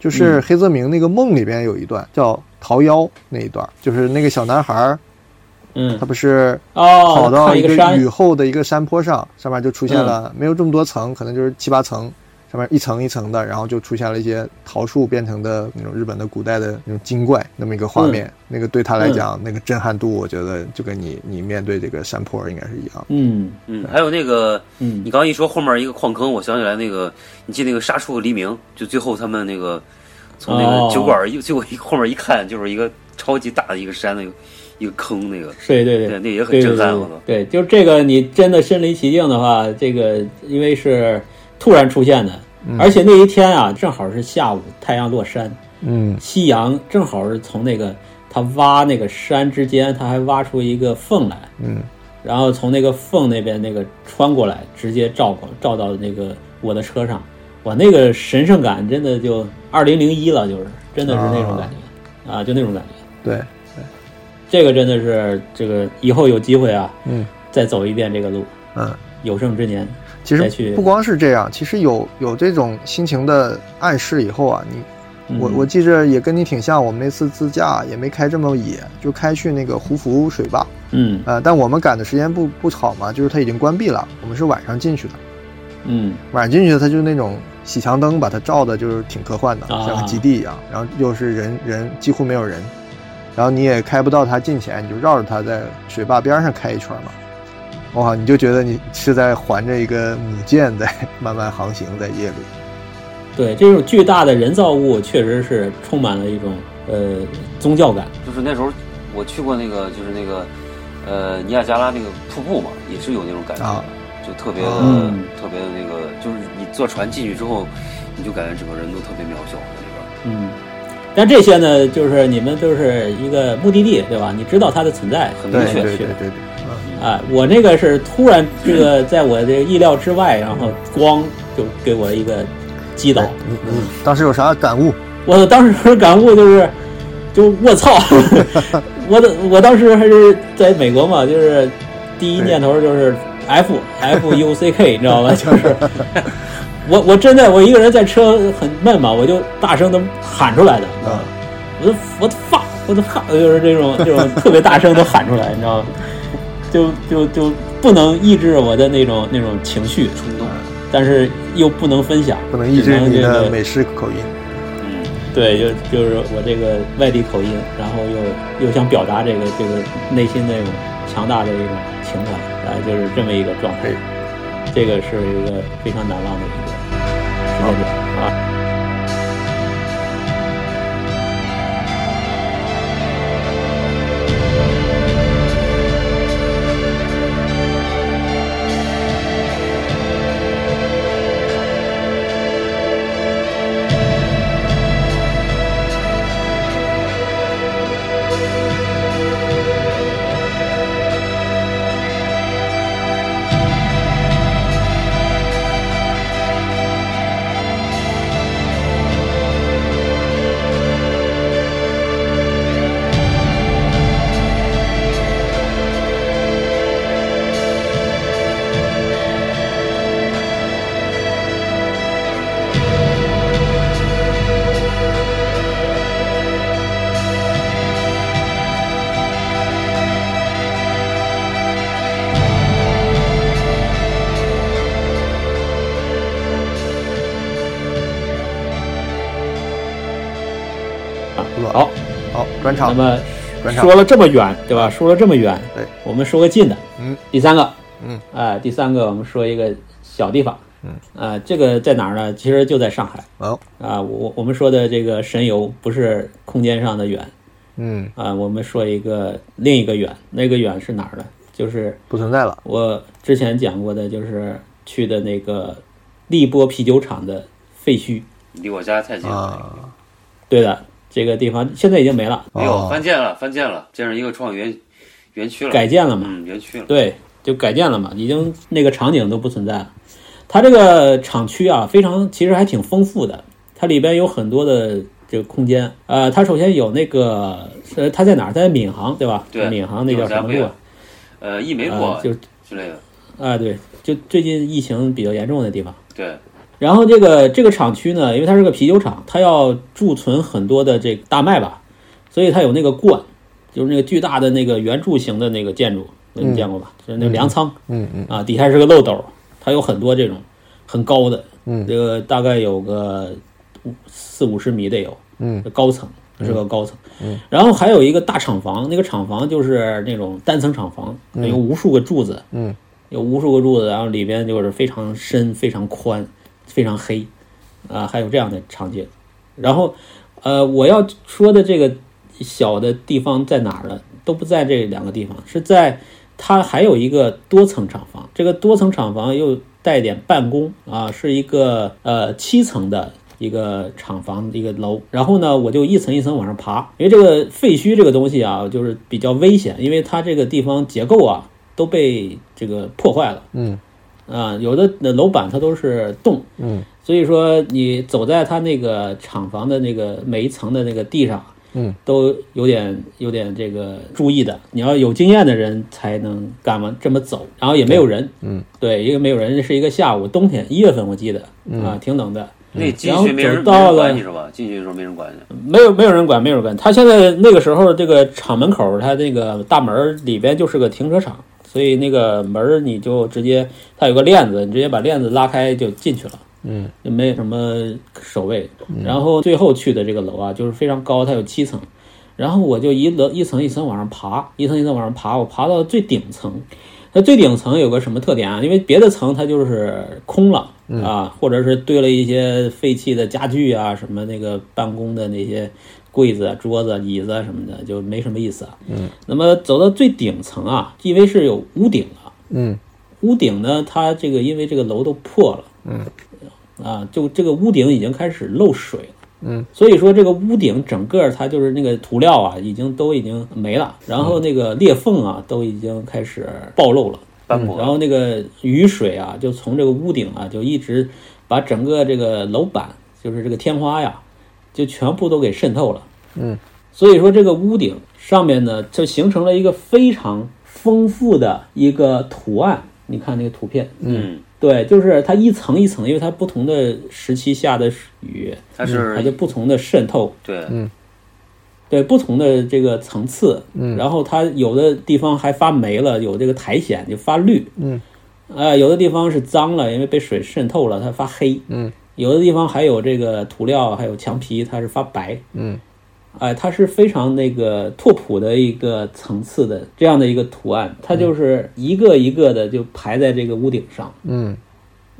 A: 就是黑泽明那个梦里边有一段叫《桃夭》那一段，就是那个小男孩儿，
B: 嗯
A: 他，不是跑
B: 哦，
A: 到
B: 看
A: 一
B: 一
A: 个
B: 山嗯
A: 雨，后的一个山坡上，上面就出现了没有这么多层，可能就是七八层，上面一层一层的，然后就出现了一些桃树变成的那种日本的古代的那种精怪那么一个画
B: 嗯
A: 面。那个对他来讲，那个震撼度，我觉得就跟你你面对这个山坡应该是一样。
B: 嗯
C: 嗯，还有那个，
B: 嗯
C: 你刚刚一说后面一个矿坑，我想起来那个，你记得那个《杀出个黎明》，就最后他们那个从那
B: 哦
C: 个酒馆一，结 果一后面一看，就是一个超级大的一个山，那个一个坑，那个
B: 对对
C: 对，
B: 对，
C: 那也很
B: 对
C: 震
B: 对
C: 撼，
B: 对
C: 我操！
B: 对，就这个你真的身临其境的话，这个因为是突然出现的，而且那一天啊，正好是下午太阳落山，
A: 嗯
B: 夕阳正好是从那个他挖那个山之间，他还挖出一个缝来，
A: 嗯
B: 然后从那个缝那边那个穿过来，直接照过照到那个我的车上，哇，那个神圣感真的就二零零一了，就是真的是那种感觉啊，就那种感觉。
A: 对，
B: 这个真的是这个以后有机会啊，
A: 嗯
B: 再走一遍这个路，
A: 嗯。
B: 有生之年。
A: 其
B: 再
A: 实
B: 去
A: 不光是这样，其实有有这种心情的暗示以后啊，你我
B: 嗯
A: 我记着也跟你挺像，我们那次自驾也没开这么野，就开去那个胡服水坝，
B: 嗯
A: 呃，但我们赶的时间不不好嘛，就是它已经关闭了，我们是晚上进去的，
B: 嗯
A: 晚上进去的它就那种喜强灯把它照的，就是挺科幻的，
B: 啊
A: 像个基地一样，然后又是人人几乎没有人，然后你也开不到它近前，你就绕着它在水坝边上开一圈嘛，哇，你就觉得你是在环着一个母舰在 慢慢航行在夜里，
B: 对，这种巨大的人造物确实是充满了一种呃宗教感。
C: 就是那时候我去过那个，就是那个，呃，尼亚加拉那个瀑布嘛，也是有那种感觉，
A: 啊哦
C: 就特别的、
B: 嗯
C: 特别的那个，就是你坐船进去之后，你就感觉整个人都特别渺小在里边。
B: 嗯，但这些呢，就是你们都是一个目的地，对吧？你知道它的存在，很明
A: 对对
B: 确
A: 对
B: 去
A: 对
B: 的。
A: 对，嗯
B: 啊，我那个是突然这个在我的意料之外，然后光就给我一个击倒
A: 对。你你当时有啥感悟？
B: 我当时感悟就是， 就我操， 我的我当时还是在美国嘛，就是第一念头就是 F F U C K，你知道吧？就是我我真的我一个人在车很闷嘛，我就大声的喊出来的，
A: 啊
B: 你知道吗？我都我都发我都哈，就是这种 这种特别大声的喊出来，你知道吗？就就就不能抑制我的那种那种情绪，
C: 冲动，
B: 但是又不能分享，
A: 不能抑
B: 只
A: 制你
B: 这个
A: 的美式口音，
C: 嗯，
B: 对，就就是我这个外地口音，然后又又想表达这个这个内心那种强大的一种情感，然后就是这么一个状态
A: 对。
B: 这个是一个非常难忘的一个时间点啊。
A: 专
B: 那
A: 场，
B: 么
A: 专场
B: 说了这么远，对吧？说了这么远，
A: 对，
B: 我们说个近的，
A: 嗯，
B: 第三个，
A: 嗯，
B: 哎，第三个我们说一个小地方，
A: 嗯，
B: 啊，这个在哪儿呢？其实就在上海
A: 哦，
B: 啊。我我们说的这个神游不是空间上的远
A: 嗯，
B: 啊，我们说一个另一个远，那个远是哪儿呢？就是
A: 不存在了，
B: 我之前讲过的，就是去的那个荔波啤酒厂的废墟。
C: 离我家太近了。
A: 啊，
B: 对的，这个地方现在已经没了，
C: 没有
A: 哦，
C: 哎翻建了，翻建了，建成一个创园园区了，
B: 改建了嘛。
C: 嗯，园区了。
B: 对，就改建了嘛，已经那个场景都不存在了。它这个厂区啊，非常其实还挺丰富的，它里边有很多的这个空间。呃，它首先有那个呃，它在哪儿？它在闵行，对吧？
C: 对
B: 闵行那叫什么路啊？
C: 呃，一梅路
B: 呃
C: 啊
B: 就
C: 之类的，
B: 啊、对，就最近疫情比较严重的地方。
C: 对，
B: 然后这个这个厂区呢，因为它是个啤酒厂，它要贮存很多的这个大麦吧，所以它有那个罐，就是那个巨大的那个圆柱形的那个建筑，你见过吧？就是那个粮仓。
A: 嗯嗯
B: 啊，底下是个漏斗，它有很多这种很高的，
A: 嗯
B: 这个大概有个五四五十米得有，
A: 嗯，
B: 高层是个高层，嗯，然后还有一个大厂房，那个厂房就是那种单层厂房，有无数个柱子，
A: 嗯，
B: 有无数个柱子，然后里边就是非常深、非常宽、非常黑，啊，还有这样的场景，然后，呃，我要说的这个小的地方在哪儿呢？都不在这两个地方，是在它还有一个多层厂房，这个多层厂房又带点办公啊，是一个呃七层的一个厂房一个楼。然后呢，我就一层一层往上爬，因为这个废墟这个东西啊，就是比较危险，因为它这个地方结构啊都被这个破坏了。
A: 嗯
B: 啊，有的那楼板它都是洞，
A: 嗯，
B: 所以说你走在它那个厂房的那个每一层的那个地上，
A: 嗯，
B: 都有点有点这个注意的。你要有经验的人才能敢往这么走，然后也没有人，
A: 嗯，
B: 对，因为没有人，这是一个下午，冬天一月份我记得
A: 嗯
B: 啊，挺冷的，
C: 那进
B: 然后
C: 去没人
B: 走
C: 没
B: 到了嗯
C: 人管你是吧？进去的时候没人管你，
B: 没有没有人管，没有人管。他现在那个时候，这个厂门口，他那个大门儿里边就是个停车场，所以那个门儿你就直接，它有个链子，你直接把链子拉开就进去了。
A: 嗯，
B: 就没有什么守卫。然后最后去的这个楼啊，就是非常高，它有七层。然后我就一楼一层一层往上爬，一层一层往上爬，我爬到最顶层。那最顶层有个什么特点啊？因为别的层它就是空了啊，或者是堆了一些废弃的家具啊，什么那个办公的那些柜子啊、桌子啊、椅子啊什么的，就没什么意思啊。嗯。那么走到最顶层啊，因为是有屋顶了，
A: 嗯
B: 屋顶呢，它这个因为这个楼都破了，嗯，啊，就这个屋顶已经开始漏水了。
A: 嗯，
B: 所以说这个屋顶整个它就是那个涂料啊，已经都已经没了，然后那个裂缝啊都已经开始暴露了，
C: 斑
B: 然
C: 驳，嗯
B: 后那个雨水啊就从这个屋顶啊就一直把整个这个楼板，就是这个天花呀，就全部都给渗透了。
A: 嗯，
B: 所以说这个屋顶上面呢，就形成了一个非常丰富的一个图案。你看那个图片，
C: 嗯，
B: 对，就是它一层一层，因为它不同的时期下的雨，
C: 它是
B: 嗯它就不同的渗透，
C: 对，
A: 嗯
B: 对不同的这个层次，嗯，然后它有的地方还发霉了，有这个苔藓就发绿，
A: 嗯，
B: 呃，有的地方是脏了，因为被水渗透了，它发黑，
A: 嗯，
B: 有的地方还有这个涂料，还有墙皮，它是发白，
A: 嗯，
B: 哎、它是非常那个拓扑的一个层次的这样的一个图案，
A: 嗯
B: 它就是一个一个的就排在这个屋顶上，
A: 嗯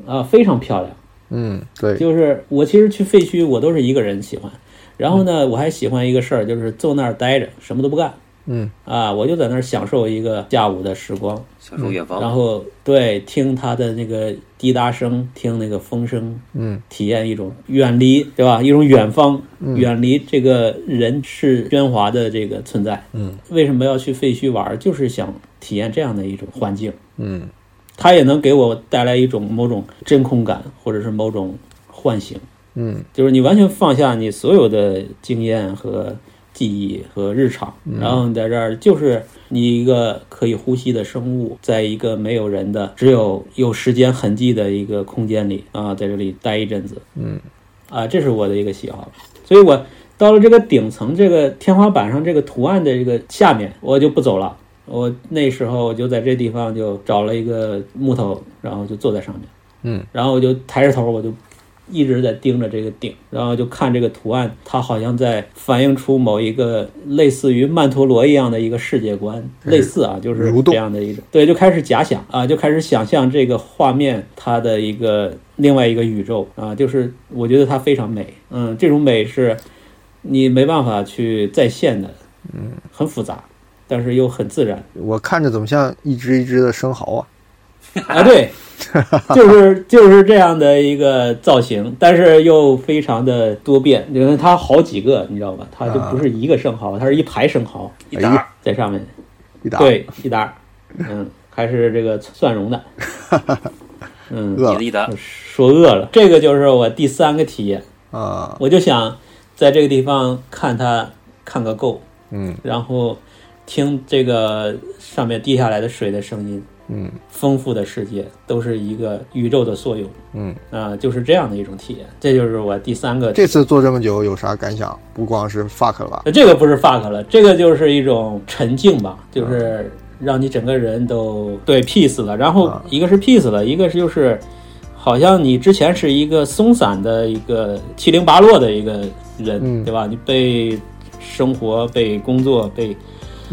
B: 啊、非常漂亮。
A: 嗯，对，
B: 就是我其实去废墟，我都是一个人喜欢。然后呢，我还喜欢一个事儿，就是坐那儿待着，什么都不干
A: 嗯
B: 啊，我就在那儿享受一个下午的时光。
C: 享受远
B: 然
C: 方，
B: 后对，听它的那个滴答声，听那个风声，
A: 嗯
B: 体验一种远离，对吧？一种远方，远离这个人世喧哗的这个存在。
A: 嗯，
B: 为什么要去废墟玩儿？就是想体验这样的一种环境。
A: 嗯
B: 它也能给我带来一种某种真空感，或者是某种唤醒。
A: 嗯
B: 就是你完全放下你所有的经验和记忆和日常，
A: 嗯
B: 然后你在这儿就是你一个可以呼吸的生物，在一个没有人的、只有有时间痕迹的一个空间里啊，在这里待一阵子，
A: 嗯，
B: 啊，这是我的一个喜好，所以我到了这个顶层这个天花板上这个图案的这个下面，我就不走了。我那时候我就在这地方就找了一个木头，然后就坐在上面，
A: 嗯，
B: 然后我就抬着头，我就一直在盯着这个顶，然后就看这个图案，它好像在反映出某一个类似于曼陀罗一样的一个世界观，类似啊，就是
A: 嗯蠕动
B: 这样的一个，对，就开始假想啊，就开始想象这个画面它的一个另外一个宇宙啊，就是我觉得它非常美，嗯，这种美是你没办法去再现的，嗯，很复杂，但是又很自然。
A: 我看着怎么像一只一只的生蚝啊？
B: 啊，对，就是就是这样的一个造型，但是又非常的多变，因为它好几个，你知道吧？它就不是一个生蚝，它是一排生蚝
C: 一打儿
B: 在上面，
A: 一打，
B: 对，一沓儿，嗯，还是这个蒜蓉的，嗯，
A: 饿
C: 你
A: 了
C: 的一打，
B: 说饿了，这个就是我第三个体验，
A: 啊，
B: 我就想在这个地方看它看个够，
A: 嗯
B: 然后听这个上面滴下来的水的声音，
A: 嗯
B: 丰富的世界都是一个宇宙的缩影。
A: 嗯，
B: 啊、就是这样的一种体验。这就是我第三个，
A: 这次做这么久有啥感想？不光是 fuck 了吧？
B: 这个不是 fuck 了，这个就是一种沉静吧，
A: 嗯
B: 就是让你整个人都对 peace 了。然后
A: 啊
B: 一个是 peace 了，一个是就是好像你之前是一个松散的一个七零八落的一个人，
A: 嗯
B: 对吧？你被生活、被工作、被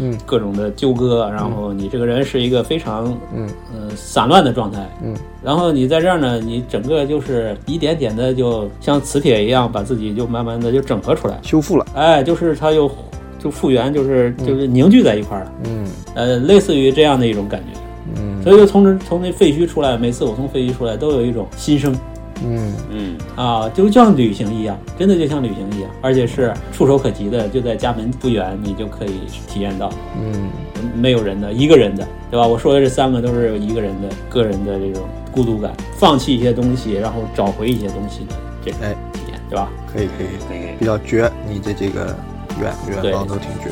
A: 嗯
B: 各种的纠葛，然后你这个人是一个非常
A: 嗯
B: 呃散乱的状态，
A: 嗯，
B: 然后你在这儿呢，你整个就是一点点的就像磁铁一样，把自己就慢慢的就整合出来，
A: 修复了，
B: 哎，就是它又就复原，就是就是凝聚在一块儿了，
A: 嗯
B: 呃，类似于这样的一种感觉，
A: 嗯
B: 所以就从这从那废墟出来，每次我从废墟出来都有一种新生
A: 嗯
C: 嗯，
B: 啊，就像旅行一样，真的就像旅行一样，而且是触手可及的，就在家门不远，你就可以体验到。
A: 嗯
B: 没有人的，一个人的，对吧？我说的这三个都是一个人的个人的这种孤独感，放弃一些东西，然后找回一些东西的这种
A: 哎
B: 体验，对吧？
A: 可以可以，
C: 嗯可以可以
A: 比较绝，你的这个远远方都挺绝。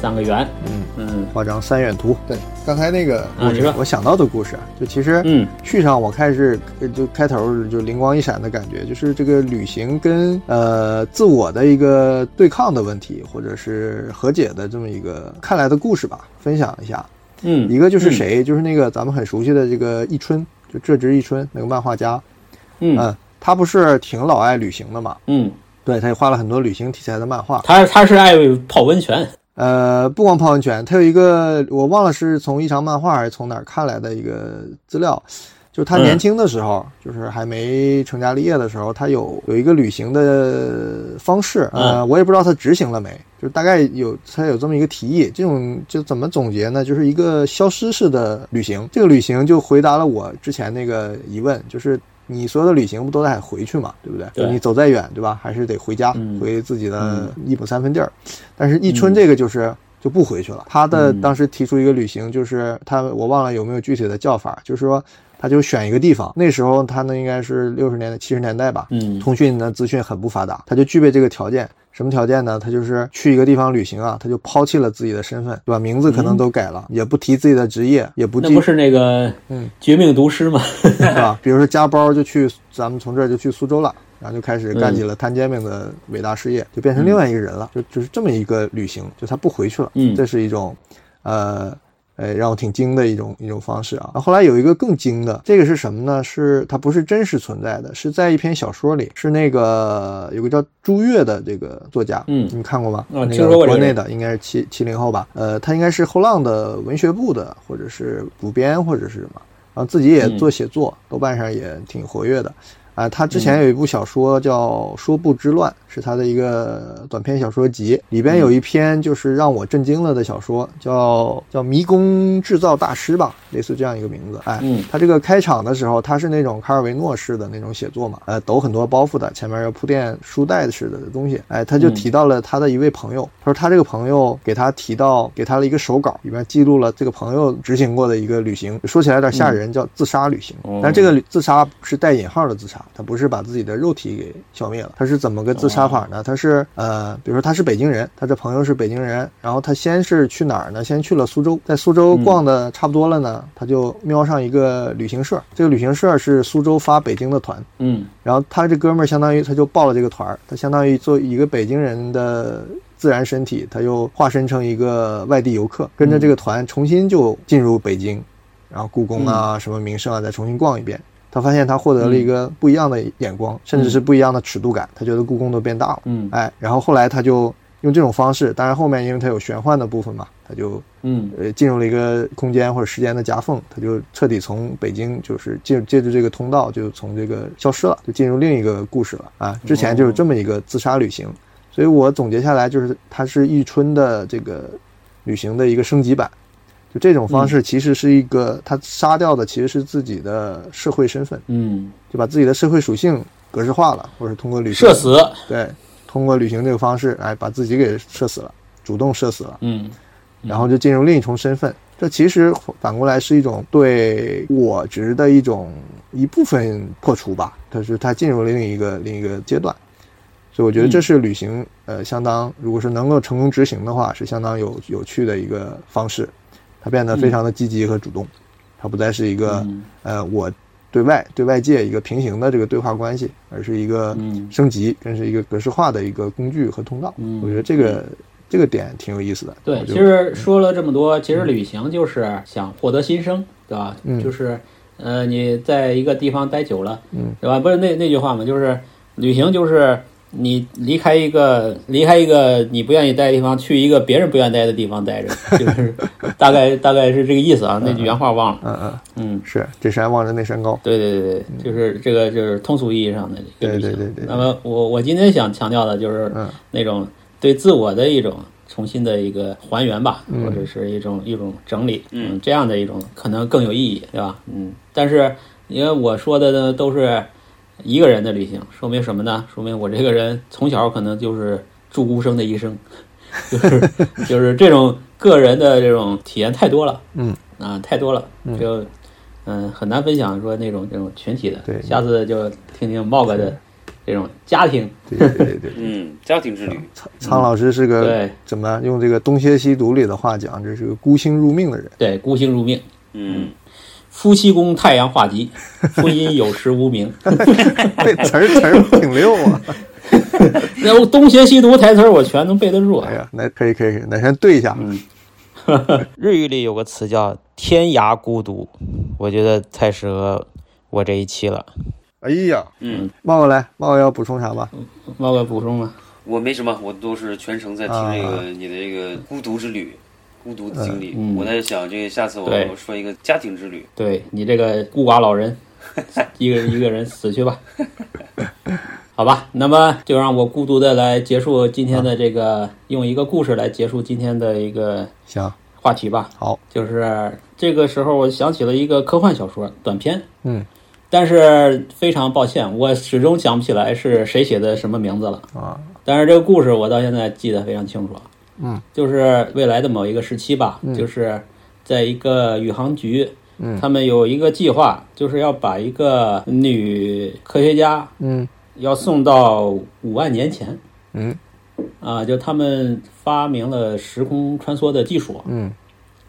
B: 三个圆，
A: 嗯
B: 嗯
A: 画张三远图。对，刚才那个故
B: 啊你
A: 事
B: 说，
A: 我想到的故事，啊就其实
B: 嗯
A: 续上我开始呃就开头就灵光一闪的感觉，就是这个旅行跟呃自我的一个对抗的问题，或者是和解的这么一个看来的故事吧，分享一下。
B: 嗯
A: 一个就是谁，就是那个咱们很熟悉的这个一春，就浙直一春那个漫画家，
B: 嗯
A: 嗯，他不是挺老爱旅行的嘛？
B: 嗯，
A: 对，他也画了很多旅行题材的漫画。
B: 他他是爱泡温泉，
A: 呃，不光泡温泉，他有一个我忘了是从一场漫画还是从哪儿看来的一个资料，就是
B: 嗯
A: 他年轻的时候，就是还没成家立业的时候，他有有一个旅行的方式，呃，
B: 嗯
A: 我也不知道他执行了没，就是大概有他有这么一个提议，这种就怎么总结呢？就是一个消失式的旅行，这个旅行就回答了我之前那个疑问，就是。你所有的旅行不都得回去嘛，对不对？
B: 对
A: 就你走再远，对吧？还是得回家，
B: 嗯
A: 回自己的
B: 嗯
A: 一亩三分地儿。但是，一春这个就是就不回去了。他的
B: 嗯
A: 当时提出一个旅行，就是他我忘了有没有具体的叫法，就是说他就选一个地方，那时候他呢应该是六十年代七十年代吧，
B: 嗯
A: 通讯呢资讯很不发达，他就具备这个条件。什么条件呢？他就是去一个地方旅行啊，他就抛弃了自己的身份，对吧？名字可能都改了，也不提自己的职业，也不
B: 嗯那
A: 记
B: 不是那个
A: 嗯
B: 绝命毒师吗？
A: 对吧？比如说加包就去，咱们从这儿就去苏州了，然后就开始
B: 嗯
A: 干起了摊煎饼的伟大事业，就变成另外一个人了，就就是这么一个旅行，就他不回去了，
B: 嗯
A: 这是一种，呃。呃，让我挺惊的一种一种方式啊。后来有一个更惊的，这个是什么呢？是它不是真实存在的，是在一篇小说里，是那个有个叫朱越的这个作家，
B: 嗯
A: 你们看过吗？
B: 啊
A: 那个
B: 听说
A: 国
B: 过这个人
A: 内的应该是七七零后吧，呃，他应该是后浪的文学部的，或者是主编，或者是什么，然后自己也
B: 嗯
A: 做写作，豆瓣上也挺活跃的。啊，他之
B: 嗯
A: 前有一部小说叫《说不之乱》，是他的一个短篇小说集，里边
B: 嗯
A: 有一篇就是让我震惊了的小说，叫叫《迷宫制造大师》吧，类似这样一个名字。哎，
B: 嗯
A: 他这个开场的时候，他是那种卡尔维诺式的那种写作嘛，呃，抖很多包袱的，前面要铺垫书带似的东西。哎，他就
B: 嗯
A: 提到了他的一位朋友，他说他这个朋友给他提到给他了一个手稿，里面记录了这个朋友执行过的一个旅行，说起来有点吓人，叫自杀旅行。
B: 嗯哦
A: 但这个自杀是带引号的自杀，他不是把自己的肉体给消灭了，他是怎么个自杀法呢？他是呃，比如说他是北京人，他这朋友是北京人，然后他先是去哪儿呢？先去了苏州，在苏州逛的差不多了呢，他就瞄上一个旅行社，这个旅行社是苏州发北京的团，
B: 嗯
A: 然后他这哥们儿相当于他就报了这个团儿，他相当于做一个北京人的自然身体，他又化身成一个外地游客，跟着这个团重新就进入北京，然后故宫啊、什么名胜啊再重新逛一遍。他发现他获得了一个不一样的眼光，甚至是不一样的尺度感。他觉得故宫都变大了，
B: 嗯
A: 哎，然后后来他就用这种方式，当然后面因为他有玄幻的部分嘛，他就
B: 嗯
A: 呃，进入了一个空间或者时间的夹缝，他就彻底从北京就是借借助这个通道就从这个消失了，就进入另一个故事了啊。之前就是这么一个自杀旅行，所以我总结下来就是它是易春的这个旅行的一个升级版。就这种方
B: 嗯
A: 式其实是一个，他杀掉的其实是自己的社会身份，
B: 嗯，
A: 就把自己的社会属性格式化了，或者通过旅行
B: 社死，
A: 对，通过旅行这个方式，哎，把自己给射死了，主动射死了。
B: 嗯
A: 然后就进入另一重身份。这其实反过来是一种对我值的一种一部分破除吧，它是它进入了另一个另一个阶段。所以我觉得
B: 嗯
A: 这是旅行，呃，相当如果是能够成功执行的话，是相当有有趣的一个方式。它变得非常的积极和主动，它不再是一个、
B: 嗯
A: 呃我对外对外界一个平行的这个对话关系，而是一个
B: 嗯
A: 升级，更是一个格式化的一个工具和通道。
B: 嗯
A: 我觉得这个这个点挺有意思的。
B: 对
A: 我，就
B: 其实说了这么多，其实旅行就是想获得新生，对吧？
A: 嗯
B: 就是呃，你在一个地方待久了，
A: 嗯，
B: 对吧？不是那那句话嘛，就是旅行就是你离开一个离开一个你不愿意待的地方，去一个别人不愿意待的地方待着，就是 大概大概是这个意思啊。那句原话忘了，
A: 嗯嗯。
B: 嗯。
A: 是这山望着那山高。
B: 对对对对，就是这个，就是通俗意义上的一个旅行。
A: 嗯对对对对对
B: 那么我我今天想强调的就是
A: 嗯
B: 那种对自我的一种重新的一个还原吧，
A: 嗯
B: 或者是一种一种整理，
C: 嗯，
B: 这样的一种可能更有意义，对吧？嗯，但是因为我说的呢都是一个人的旅行，说明什么呢？说明我这个人从小可能就是住孤生的一生， 就是 就是这种个人的这种体验太多了，
A: 嗯
B: 啊、太多了，就嗯、很难分享说那种这种群体的，
A: 对
B: 下次就听听茂哥的这种家庭，
A: 对对对对，
C: 嗯，家庭之旅，
A: 苍苍老师是个
B: 对
A: 怎么用这个东邪西毒里的话讲，这是个孤星入命的人。
B: 对，孤星入命。
C: 嗯，
B: 夫妻宫太阳 化吉，婚姻有时无名。
A: 这词儿词儿挺溜啊！
B: 然后东邪西毒台词儿我全能背得住啊。
A: 哎呀，那可以可以，可以，哪天对一下。
B: 嗯
D: 日语里有个词叫“天涯孤独”，我觉得太适合我这一期了。
A: 哎呀，
C: 嗯，
A: 茂哥来，茂哥要补充啥吧？
B: 猫哥补充吗？
C: 我没什么，我都是全程在听
A: 啊
C: 这个你的这个孤独之旅，孤独的经历。
B: 嗯
C: 我在想，这个下次我
B: 对
C: 我说一个家庭之旅。
B: 对你这个孤寡老人，一个人一个人死去吧。 好吧，那么就让我孤独的来结束今天的这个，用一个故事来结束今天的一个
A: 行，
B: 话题吧。
A: 好，
B: 就是这个时候，我想起了一个科幻小说短篇，
A: 嗯
B: 但是非常抱歉，我始终想不起来是谁写的什么名字了。
A: 啊，
B: 但是这个故事我到现在记得非常清楚，
A: 嗯，
B: 就是未来的某一个时期吧，就是在一个宇航局，
A: 嗯
B: 他们有一个计划，就是要把一个女科学家
A: 嗯
B: 要送到五万年前
A: 嗯
B: 啊，就他们发明了时空穿梭的技术
A: 嗯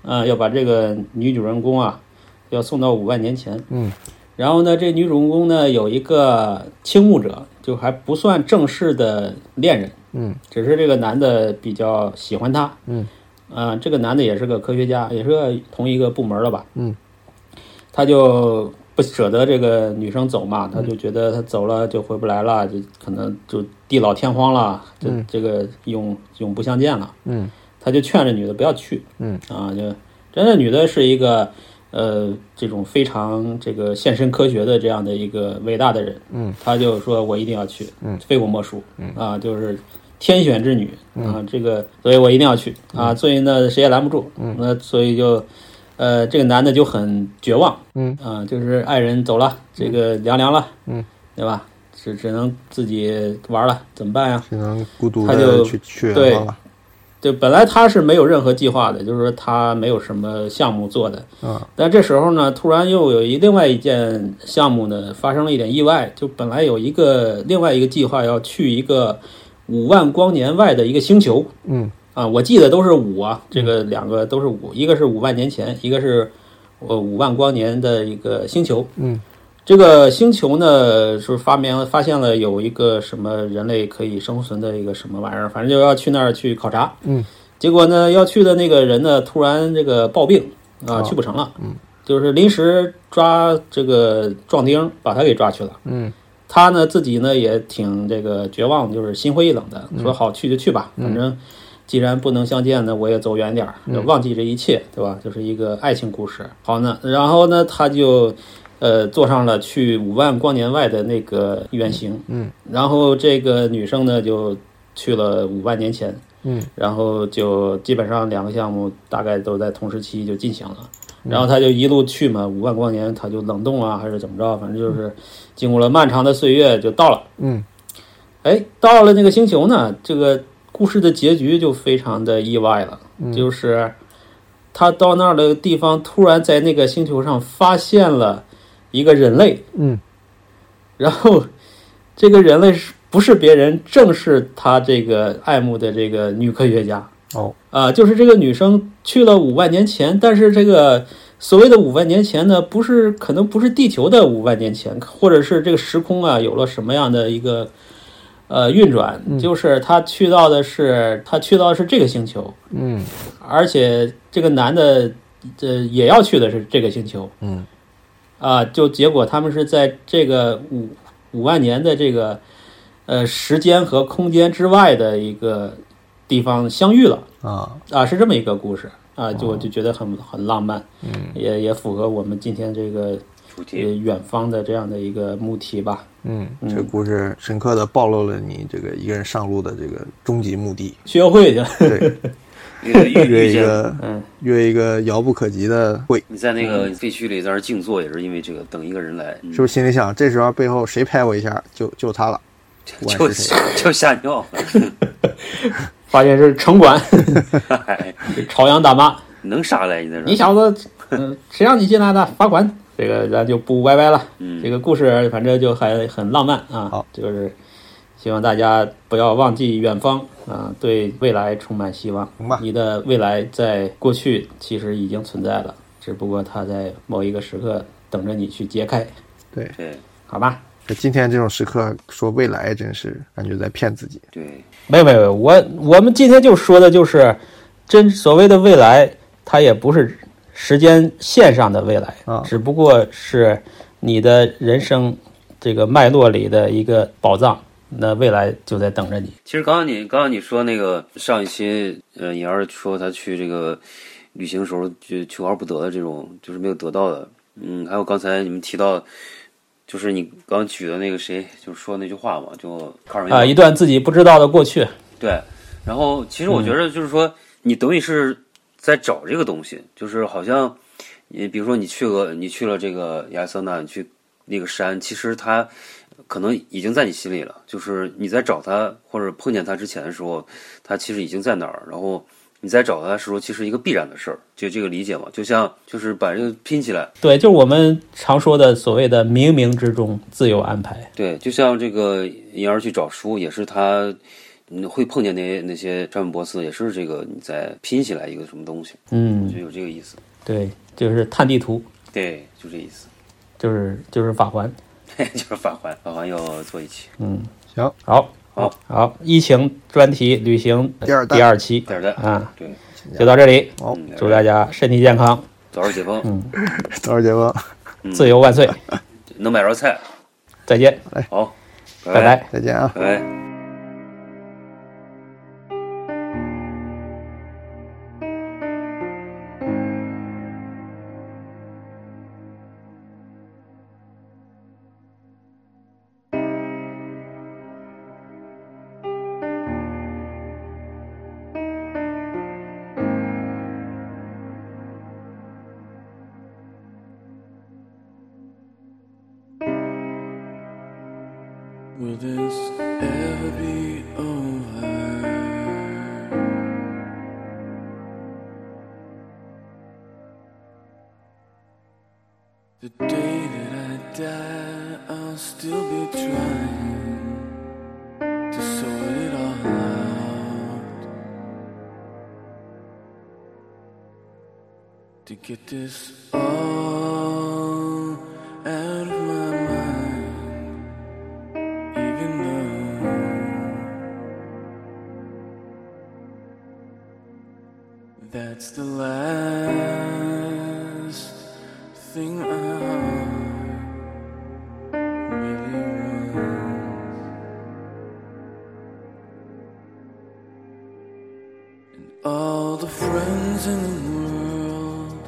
B: 啊，要把这个女主人公啊要送到五万年前。
A: 嗯
B: 然后呢，这女主人公呢有一个倾慕者，就还不算正式的恋人，
A: 嗯，
B: 只是这个男的比较喜欢她，
A: 嗯，
B: 啊、这个男的也是个科学家，也是个同一个部门了吧，
A: 嗯，
B: 他就不舍得这个女生走嘛，
A: 嗯
B: 他就觉得她走了就回不来了，就可能就地老天荒了，就这个永永不相见了，
A: 嗯，
B: 他就劝这女的不要去，
A: 嗯，
B: 啊，就真的女的是一个。呃，这种非常这个献身科学的这样的一个伟大的人，
A: 嗯，
B: 他就说我一定要去，
A: 嗯，嗯
B: 非我莫属，嗯啊，就是天选之女啊，这个，所以我一定要去啊，所以呢，谁也拦不住，嗯，那所以就，呃，这个男的就很绝望，
A: 嗯
B: 啊，就是爱人走了，这个凉凉了，
A: 嗯，
B: 对吧？只只能自己玩了，怎么办呀？
A: 只能孤独
B: 他就
A: 的去去
B: 对
A: 远方了。
B: 对，本来他是没有任何计划的，就是说他没有什么项目做的。
A: 嗯，
B: 但这时候呢，突然又有一另外一件项目呢发生了一点意外，就本来有一个另外一个计划要去一个五万光年外的一个星球
A: 嗯
B: 啊，我记得都是五啊，这个两个都是五，一个是五万年前，一个是呃五万光年的一个星球。
A: 嗯
B: 这个星球呢，是发明发现了有一个什么人类可以生存的一个什么玩意儿，反正就要去那儿去考察。
A: 嗯，
B: 结果呢，要去的那个人呢，突然这个暴病啊，去不成了。嗯，就是临时抓这个壮丁，把他给抓去了。
A: 嗯
B: 他呢自己呢也挺这个绝望，就是心灰意冷的，
A: 嗯
B: 说好去就去吧，反正既然不能相见呢，我也走远点儿，就
A: 嗯
B: 忘记这一切，对吧？就是一个爱情故事。好呢，然后呢他就。呃，坐上了去五万光年外的那个远行，
A: 嗯，
B: 然后这个女生呢就去了五万年前，
A: 嗯，
B: 然后就基本上两个项目大概都在同时期就进行了，然后他就一路去嘛，五万光年他就冷冻啊，还是怎么着，反正就是经过了漫长的岁月，就到了。
A: 嗯
B: 哎，到了那个星球呢，这个故事的结局就非常的意外了，就是他到那儿的地方，突然在那个星球上发现了一个人类，
A: 嗯
B: 然后这个人类是不是别人，正是他这个爱慕的这个女科学家。
A: 哦，
B: 啊、就是这个女生去了五万年前，但是这个所谓的五万年前呢，不是可能不是地球的五万年前，或者是这个时空啊有了什么样的一个呃运转，就是她去到的是她去到的是这个星球，
A: 嗯
B: 而且这个男的这也要去的是这个星球，
A: 嗯
B: 啊，就结果他们是在这个五五万年的这个呃时间和空间之外的一个地方相遇了
A: 啊
B: 啊，是这么一个故事啊，就我就觉得很很浪漫，也也符合我们今天这个
C: 主
B: 呃
C: 题。
B: 远方的这样的一个目题吧。
A: 嗯，这个故事深刻的暴露了你这个一个人上路的这个终极目的，
B: 学会去了，
A: 对，
C: 那 个遇
A: 越
C: 遇
A: 一
C: 见
A: 个
B: 嗯，
A: 越一个遥不可及的会，
C: 你在那个废墟里在那儿静坐，也是因为这个等一个人来，嗯
A: 嗯是不是心里想这时候背后谁拍我一下就就他了，不
C: 就
A: 管是谁，
C: 就吓尿了。
B: 发现是城管
C: 哎
B: 是 朝阳大妈，
C: 能啥来？你在这儿？
B: 你小子，嗯，谁让你进来的？罚款。这个咱就不歪歪了。
C: 嗯
B: 这个故事反正就还很浪漫啊
A: 好，
B: 就是希望大家不要忘记远方啊，对未来充满希望
A: 行吧。
B: 你的未来在过去其实已经存在了，只不过它在某一个时刻等着你去揭开，
A: 对，
C: 对
B: 好吧？
A: 今天这种时刻说未来真是感觉在骗自己，
C: 对，
B: 没没没，我我们今天就说的就是真所谓的未来，它也不是时间线上的未来，
A: 啊
B: 只不过是你的人生这个脉络里的一个宝藏，那未来就在等着你。
C: 其实刚刚你刚刚你说那个上一期，呃，你要是说他去这个旅行时候就求而不得的这种，就是没有得到的，嗯，还有刚才你们提到，就是你刚举的那个谁，就是说那句话嘛，就卡
A: 哎
C: 尔梅
B: 啊、
C: 诺
B: 一段自己不知道的过去。
C: 对，然后其实我觉得就是说，你等于是在找这个东西，就是好像你比如说你去了你去了这个亚瑟那，你去那个山，其实它可能已经在你心里了，就是你在找他或者碰见他之前的时候，他其实已经在哪儿，然后你在找他的时候，其实一个必然的事儿，就这个理解嘛，就像就是把这个拼起来，
B: 对，就是我们常说的所谓的冥冥之中自有安排。
C: 对，就像这个银儿去找书，也是他。你会碰见那那些詹姆波斯，也是这个你在拼起来一个什么东西，
B: 嗯
C: 就，有这个意思。
B: 对，就是探地图，
C: 对，就这意思。
B: 就是就是法环。
C: 就是返还，返还要做一期。
B: 嗯，
A: 行，
B: 好，
C: 好，
B: 好，疫情专题旅行
A: 第二弹
B: 第二期
C: 点儿赞，
B: 啊，
C: 对，
B: 就到这里，
A: 好，
C: 嗯
B: 祝大家身体健康，
C: 早日解封，
A: 到时解封，
C: 嗯
B: 自由万岁，
C: 能买着菜，
B: 再见，
C: 好，
B: 拜
C: 拜，
B: 拜。
A: 再见啊。
C: 拜拜。
E: Will this ever be over? The day that I die, I'll still be trying to sort it all out. To get this all out of my mind even though that's the last thing I really want, and all the friends in the world,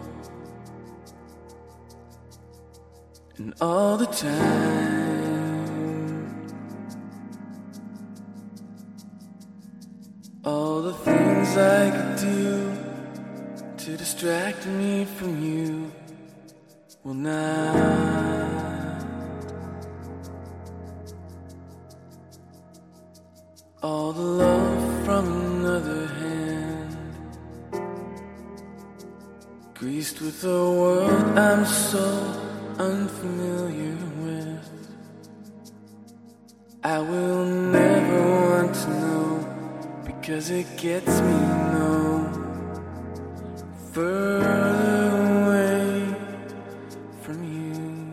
E: and all the time. All the things I could do to distract me from you will not. All the love from another hand, greased with a world I'm so unfamiliar with. I will never want to know because it gets me no further away from you.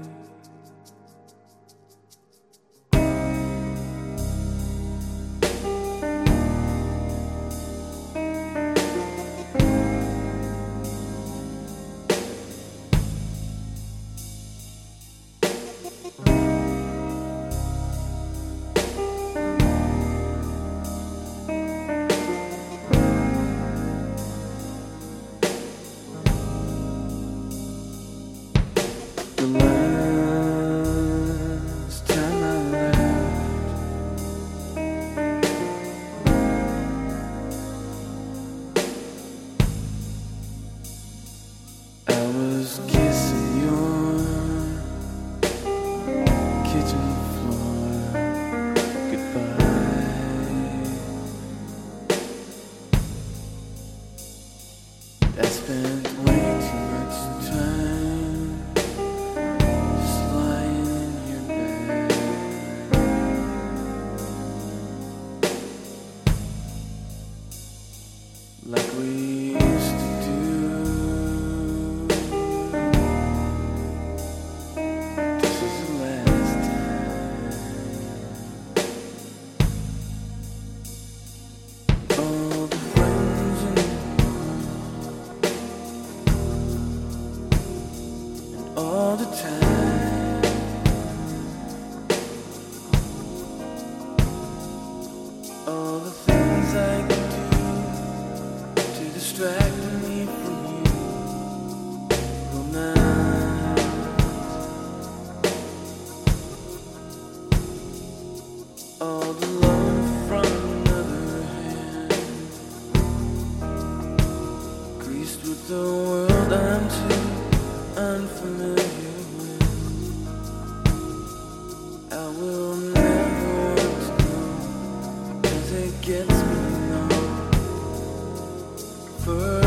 E: The last time I left, I was kissing your kitchen floor goodbye. I spent way too much time just lying in your bed. Like we used to do. This is the last time. All the friends in the all the time. All the things I could do to distract me from you will not. All the love from another hand, greased with the world I'm too unfamiliar with. I will first.